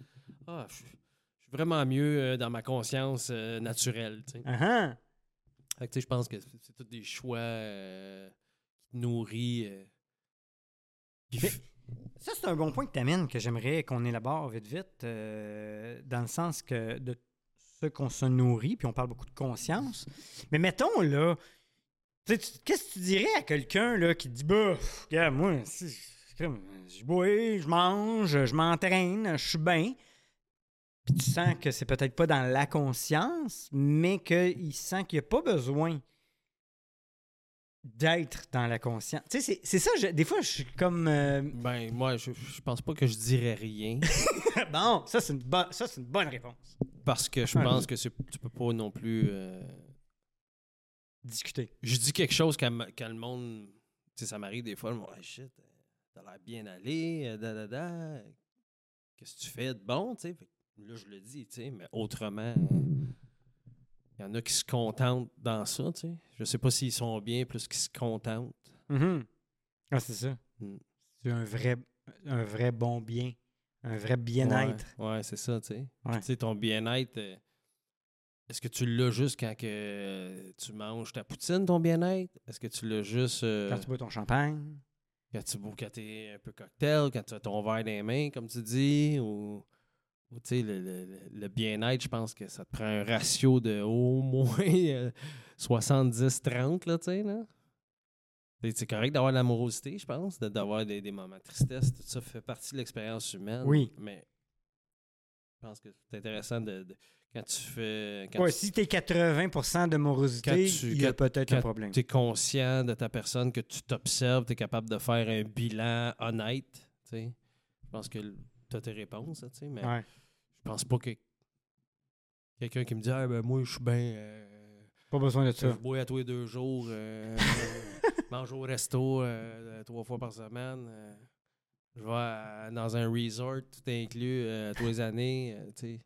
ah, je suis je suis vraiment mieux euh, dans ma conscience euh, naturelle, tu sais.
Ah ah.
Fait que, tu sais, je pense que c'est c'est tous des choix euh, qui nourrissent. euh, qui
Mais-
f-
Ça, c'est un bon point que t'amènes, que j'aimerais qu'on élabore vite, vite, euh, dans le sens que de ce qu'on se nourrit, puis on parle beaucoup de conscience. Mais mettons, là, tu sais, tu- qu'est-ce que tu dirais à quelqu'un là, qui dit, bah, pff, regarde, moi, si, je- comme, je bois, je mange, je m'entraîne, je suis bien. Puis tu sens que c'est peut-être pas dans la conscience, mais qu'il sent qu'il n'y a pas besoin d'être dans la conscience. Tu sais, c'est- c'est ça, je- des fois, je suis comme. euh,
Ben, moi, je, je pense pas que je dirais rien.
Bon, ça c'est une, bo- ça, c'est une bonne réponse.
parce que je
Ouais.
pense que c'est- tu peux pas non plus. euh,
Discuter.
je dis quelque chose quand, m- quand le monde. Tu sais, ça m'arrive des fois, le monde, hey, shit, euh, t'as l'air bien allé, euh, da da da. Qu'est-ce que tu fais de bon, tu sais? Fait que Là, je le dis, tu sais, mais autrement, euh, il y en a qui se contentent dans ça, tu sais. Je sais pas s'ils sont bien plus qu'ils se contentent.
Ah, c'est ça.
Mm.
C'est un vrai, un vrai bon bien. Un vrai bien-être.
Ouais, ouais, c'est ça, tu sais. Puis,
Ouais.
Tu sais, ton bien-être, euh, est-ce que tu l'as juste quand que, euh, tu manges ta poutine, ton bien-être? Est-ce que tu l'as juste. euh,
Quand tu bois ton champagne.
Quand tu bois, quand t'es un peu cocktail, quand tu as ton verre dans les mains, comme tu dis, ou, tu sais, le, le- le- le bien-être, je pense que ça te prend un ratio de au moins euh, 70-30, là, tu sais, là. C'est- C'est correct d'avoir de l'amorosité, je pense, de- d'avoir des, des moments de tristesse. Tout ça fait partie de l'expérience humaine.
Oui.
Mais je pense que c'est intéressant de, de- quand tu fais. Quand
Ouais,
tu
si t'es 80 de morosité,
Quand tu-
il y a
quand-
peut-être
quand
un problème.
tu es conscient de ta personne, que tu t'observes, tu es capable de faire un bilan honnête, tu sais. Je pense que tu as tes réponses, là, tu sais, mais
Ouais.
je pense pas que quelqu'un qui me dit ah, ben moi je suis bien euh,
Pas besoin de
je
ça.
bois à tous les deux jours euh, euh, mange au resto euh, trois fois par semaine euh, je vais à- dans un resort tout inclus euh, tous les années euh, tu sais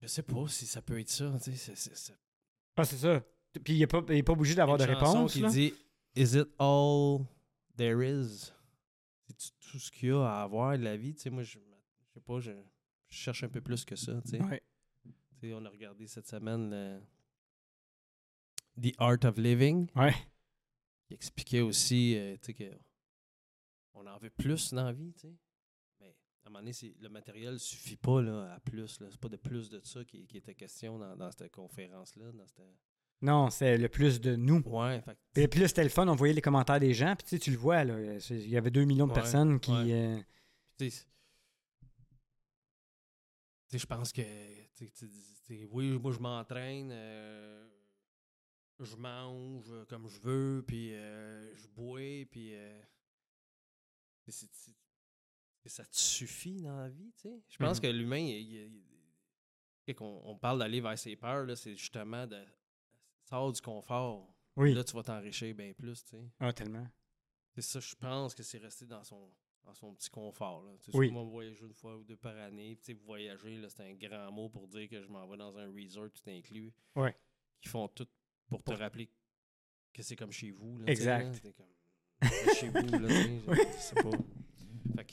je sais pas si ça peut être ça tu sais c'est- c'est- c'est-
Ah, c'est ça. Puis il n'est pas, il est pas obligé d'avoir de
une chanson
réponse.
qui
là.
dit Is it all there is? C'est tout ce qu'il y a à avoir de la vie. Tu sais, moi, je, je sais pas, je, je cherche un peu plus que ça. Tu sais.
Ouais.
Tu sais, on a regardé cette semaine le- The Art of Living.
Ouais.
Il expliquait aussi euh, tu sais, que on en veut plus dans la vie. tu sais. Mais à un moment donné, c'est- le matériel suffit pas là, à plus. là. C'est pas de plus de ça qui, qui était question dans, dans cette conférence-là. dans cette-
Non, c'est le plus de nous.
Ouais, fait que-
Et puis là, c'était le fun, on voyait les commentaires des gens, puis tu sais, tu le vois, là, c'est- il y avait 2 millions de
Ouais,
personnes qui...
ouais.
euh,
Tu sais, tu sais, je pense que, tu sais, tu dis- tu sais, oui, moi je m'entraîne, euh, je mange euh, comme je veux, puis euh, je bois, puis euh, c'est- c'est- c'est- que ça te suffit dans la vie, tu sais. Je pense
Mhm.
que l'humain, il- il- il- tu sais, qu'on on parle d'aller vers ses peurs, là, c'est justement de sors du confort.
Oui,
Là, tu vas t'enrichir bien plus, tu sais.
ah, tellement.
C'est ça, je pense que c'est resté dans son, dans son petit confort. Là. Tu sais,
Oui.
Moi, voyager une fois ou deux par année. Tu sais, voyager, là, c'est un grand mot pour dire que je m'en vais dans un resort tout inclus.
Ouais.
Qui font tout pour te rappeler que c'est comme chez vous. là, tu sais,
Exact.
là. C'est comme chez vous, là, tu sais, je-
Oui.
je sais pas. Fait que,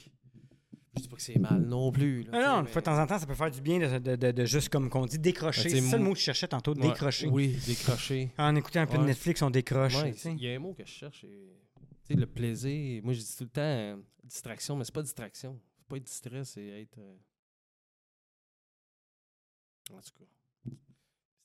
je dis pas que c'est mal non plus. là,
Ah
tu sais,
non, une
mais-
fois de temps en temps, ça peut faire du bien de, de- de- de juste, comme qu'on dit, décrocher.
Ben, tu sais,
c'est ça le
moi-
mot que je cherchais tantôt,
Ouais,
décrocher. Ah,
Oui, décrocher.
En écoutant un peu de
Ouais.
Netflix, on décroche.
Ouais,
tu sais.
il y a un mot que je cherche. et- tu sais, le plaisir. Moi, je dis tout le temps euh, distraction, mais c'est pas distraction. Faut pas être distrait, c'est être. euh, En tout cas.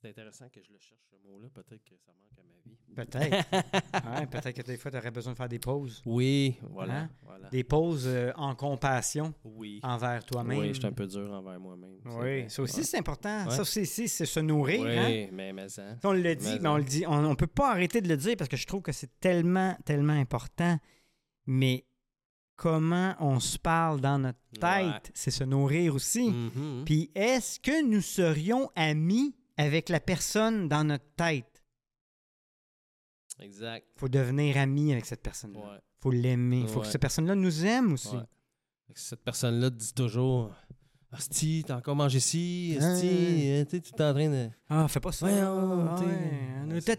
C'est intéressant que je le cherche, ce mot-là. Peut-être que ça manque à ma vie.
Peut-être. Ouais, peut-être que des fois, tu aurais besoin de faire des pauses.
Oui, voilà.
Hein?
voilà.
Des pauses euh, en compassion
Oui.
envers toi-même.
Oui, je suis un peu dur envers moi-même. c'est
Oui,
vrai.
ça aussi,
Ouais.
c'est important.
Ouais.
Ça aussi, c'est c'est se nourrir. hein.
Oui, mais, mais ça.
On le dit,
Mais-
mais on le dit, on ne peut pas arrêter de le dire parce que je trouve que c'est tellement, tellement important. Mais comment on se parle dans notre tête,
Ouais.
c'est se nourrir aussi.
Mhm.
Puis est-ce que nous serions amis avec la personne dans notre tête?
Exact.
faut devenir ami avec cette personne-là.
Ouais.
faut l'aimer. faut que
Ouais.
cette personne-là nous aime aussi.
Ouais. Fait que Cette personne-là te dit toujours Asti, t'as encore mangé ci, Asti,
Hein.
euh, tu sais, tu es en train de.
Ah, fais pas ça.
Voyons,
Ah
t'es-
ouais.
Est-ce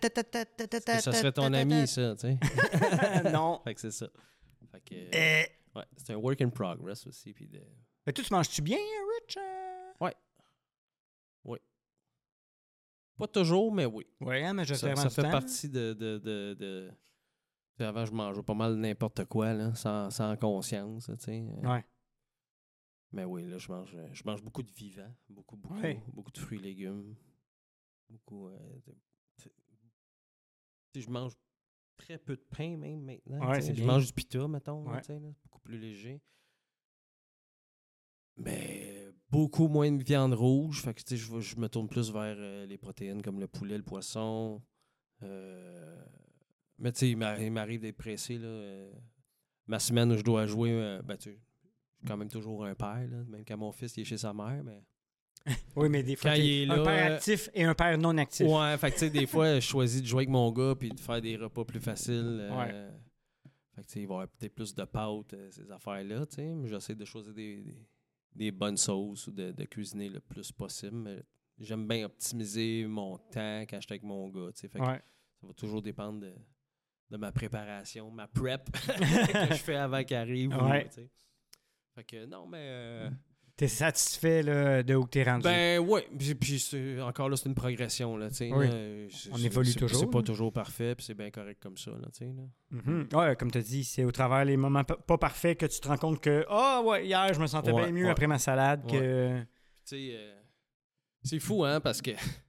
Est-ce que ça serait ton ami, ça, tu sais.
non.
fait que c'est ça. Fait que, euh,
Euh,
ouais, c'est un work in progress aussi. Puis de...
Mais toi, tu manges-tu bien, hein, Rich? Euh,
Pas toujours, mais oui.
Ouais, hein, mais je
Ça,
serais
ça fait partie de. de, de, de- tu sais, Avant, je mangeais pas mal n'importe quoi, là, sans, sans conscience, là, tu sais. euh.
Ouais.
Mais oui, là, je mange, euh, je mange beaucoup de vivants, beaucoup, beaucoup,
Ouais.
beaucoup de fruits et légumes. Beaucoup. euh, de- tu- tu sais, je mange très peu de pain, même maintenant.
Ouais,
tu sais.
c'est
je
bien.
mange du pita, mettons, là,
Ouais.
tu sais, là, beaucoup plus léger. Mais beaucoup moins de viande rouge. Fait que, tu sais, je, vais- je me tourne plus vers euh, les protéines comme le poulet, le poisson. Euh, mais tu sais, il m'arri- il m'arrive d'être pressé. Là, euh, ma semaine où je dois jouer, euh, ben, tu sais, je suis quand même toujours un père, là, même quand mon fils il est chez sa mère. Mais...
Oui, mais des fois,
Quand
t'es
il est
un
là,
père
euh,
actif et un père non actif.
Ouais, fait que tu sais, des fois, je choisis de jouer avec mon gars puis de faire des repas plus faciles. euh, Fait que tu sais, il va y avoir peut-être plus de pâtes, euh, ces affaires-là, tu sais. mais J'essaie de choisir des, des, des bonnes sauces ou de, de cuisiner le plus possible. mais J'aime bien optimiser mon temps quand je suis avec mon gars, tu sais. Fait que
Ouais.
ça va toujours dépendre de, de ma préparation, ma prep que je fais avant qu'il arrive. ou,
Ouais.
tu sais. Fait que non, mais euh,
T'es satisfait là, de où t'es rendu?
Ben oui, puis, puis c'est- encore là, c'est une progression. Là, tu sais,
Oui.
là, euh, c'est-
On
c'est-
évolue
c'est-
toujours,
C'est pas
là.
toujours parfait, puis c'est bien correct comme ça. Là, tu sais, là.
Mhm. Ouais, comme tu dis, c'est au travers les moments pa- pas parfaits que tu te rends compte que Ah ouais, hier je me sentais
Ouais,
bien mieux
ouais.
après ma salade que.
Tu sais, euh, c'est fou, hein, parce que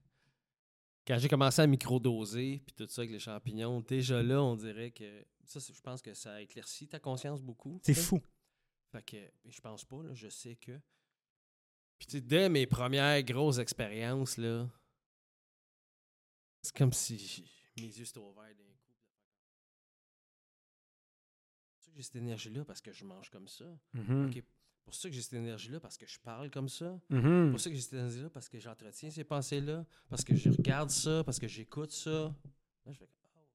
quand j'ai commencé à microdoser, puis tout ça avec les champignons, déjà là, on dirait que ça, c'est- je pense que ça éclaircit ta conscience beaucoup.
C'est
tu sais.
fou.
Fait que je pense pas, là, je sais que. Puis tu sais, dès mes premières grosses expériences, là, c'est comme si j- mes yeux étaient ouverts d'un coup. C'est pour ça que j'ai cette énergie-là parce que je mange comme ça.
Mhm.
Ok. Pour ça que j'ai cette énergie-là parce que je parle comme ça.
Mhm.
Pour ça que j'ai cette énergie-là, parce que j'entretiens ces pensées-là, parce que je regarde ça, parce que j'écoute ça. Là, je fais comme, Ah, ok.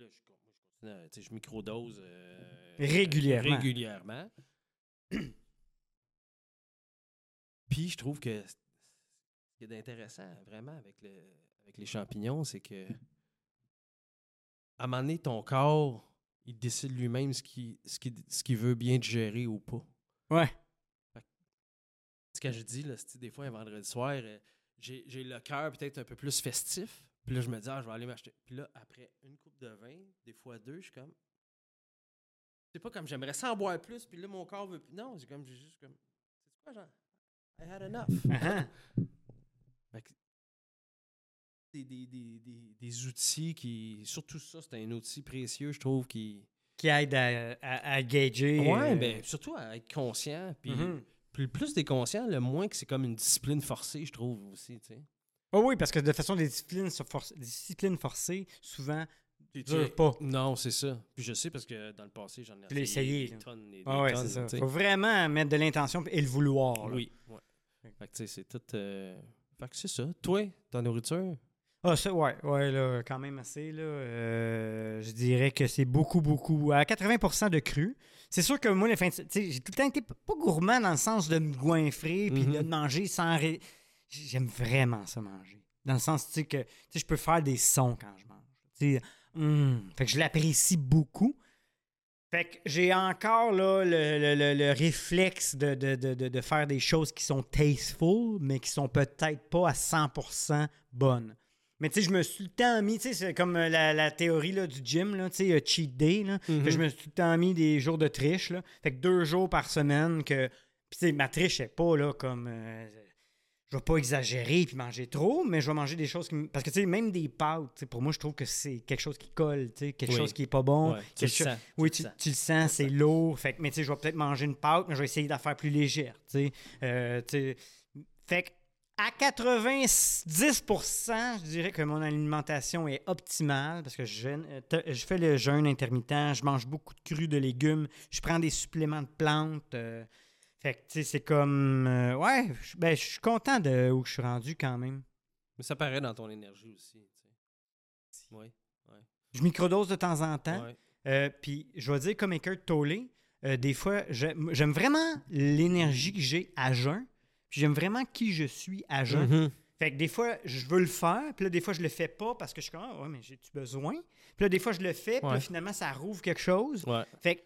Là, je, con- moi, je continue à- tu sais, je microdose. euh,
Régulièrement.
Régulièrement. Puis, je trouve que ce qui est d'intéressant, vraiment, avec, le, avec les champignons, c'est que à un moment donné, ton corps, il décide lui-même ce qu'il ce qu'il- ce qu'il veut bien digérer ou pas.
Ouais.
C'est quand je dis, là, c'est- des fois, un vendredi soir, euh, j'ai j'ai le cœur peut-être un peu plus festif. Puis là, je me dis, ah, je vais aller m'acheter. Puis là, après une coupe de vin, des fois deux, je suis comme. C'est pas comme j'aimerais ça en boire plus, puis là, mon corps veut plus. Non, c'est comme, j'ai juste comme. C'est quoi, genre? I had enough.
Ah,
Des, des, des, des, des outils qui. Surtout ça, c'est un outil précieux, je trouve, qui.
Qui aide à, à- à gager.
ouais,
euh,
ben, surtout à être conscient. Puis
mhm.
plus, plus t'es conscient, le moins que c'est comme une discipline forcée, je trouve aussi, tu sais.
Oh oui, parce que de façon, les disciplines, sont forc- les disciplines forcées, souvent, durent pas.
Non, c'est ça. Puis je sais parce que dans le passé, j'en ai
Tu l'as essayé,
des
là.
tonnes et des
Ah ouais,
tonnes,
c'est ça.
tu sais.
Faut vraiment mettre de l'intention et le vouloir. là.
Oui. ouais. Fait que tu sais, c'est tout. euh, Fait que c'est ça. Toi, ta nourriture.
Ah, ça, ouais, ouais, là, quand même assez, là. Euh, je dirais que c'est beaucoup, beaucoup. À 80 de cru. C'est sûr que moi, les fins de se- tu sais, j'ai tout le temps été p- pas gourmand dans le sens de me goinfrer puis
Mhm.
de manger sans. ré- J- J'aime vraiment ça manger. Dans le sens, tu sais, que tu sais, je peux faire des sons quand je mange. Tu sais, hum, fait que je l'apprécie beaucoup. Fait que j'ai encore là, le, le- le- le réflexe de, de- de- de- de faire des choses qui sont tasteful, mais qui sont peut-être pas à 100% bonnes. Mais tu sais, je me suis le temps mis, tu sais, c'est comme euh, la, la théorie là, du gym, là, tu sais, euh, cheat day, là, que je me suis tout le temps mis des jours de triche. Là. Fait que deux jours par semaine que. Puis tu sais, ma triche n'est pas là comme. euh, je vais pas exagérer puis manger trop, mais je vais manger des choses qui. me- Parce que tu sais, même des pâtes, tu sais, pour moi, je trouve que c'est quelque chose qui colle, tu sais, quelque
Oui.
chose qui est pas bon.
Ouais, tu
quelque
le
cho-
sens, tu
Oui,
le
tu,
sens.
tu le sens, c'est lourd. Fait que, mais tu sais, je vais peut-être manger une pâte, mais je vais essayer d'en faire plus légère, tu sais. Euh, tu sais. Fait que. À 90 je dirais que mon alimentation est optimale parce que je, jeûne- euh, te- je fais le jeûne intermittent, je mange beaucoup de crus de légumes, je prends des suppléments de plantes. euh, fait que, tu sais, c'est comme. euh, ouais, je ben, je suis content de où je suis rendu quand même.
Mais ça paraît dans ton énergie aussi. Tu sais. Oui.
Je microdose de temps en temps.
Ouais.
Euh, Puis, je vais dire comme Eckert Tolle, euh, des fois, j'aime j'aime vraiment l'énergie que j'ai à jeun. puis J'aime vraiment qui je suis à jeun.
Mhm.
Fait que des fois, je veux le faire, puis là, des fois, je le fais pas parce que je suis comme, ah, ouais, mais j'ai-tu besoin? Puis là, des fois, je le fais, puis là,
Ouais.
finalement, ça rouvre quelque chose.
Ouais.
Fait que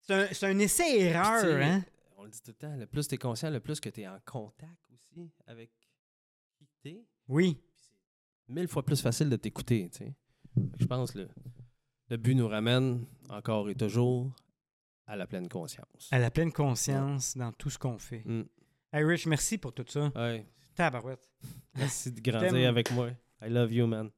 c'est un, c'est un essai-erreur,
Puis, tu sais,
hein?
On le dit tout le temps, le plus t'es conscient, le plus que t'es en contact aussi avec qui t'es.
Oui.
mille fois plus facile de t'écouter. tu sais. Fait que Je pense que le, le but nous ramène encore et toujours à la pleine conscience.
À la pleine conscience dans tout ce qu'on fait.
Mm.
Hey, Rich, merci pour tout ça.
Ouais.
Tabarouette.
Merci de
T'aimes.
grandir avec moi. I love you, man.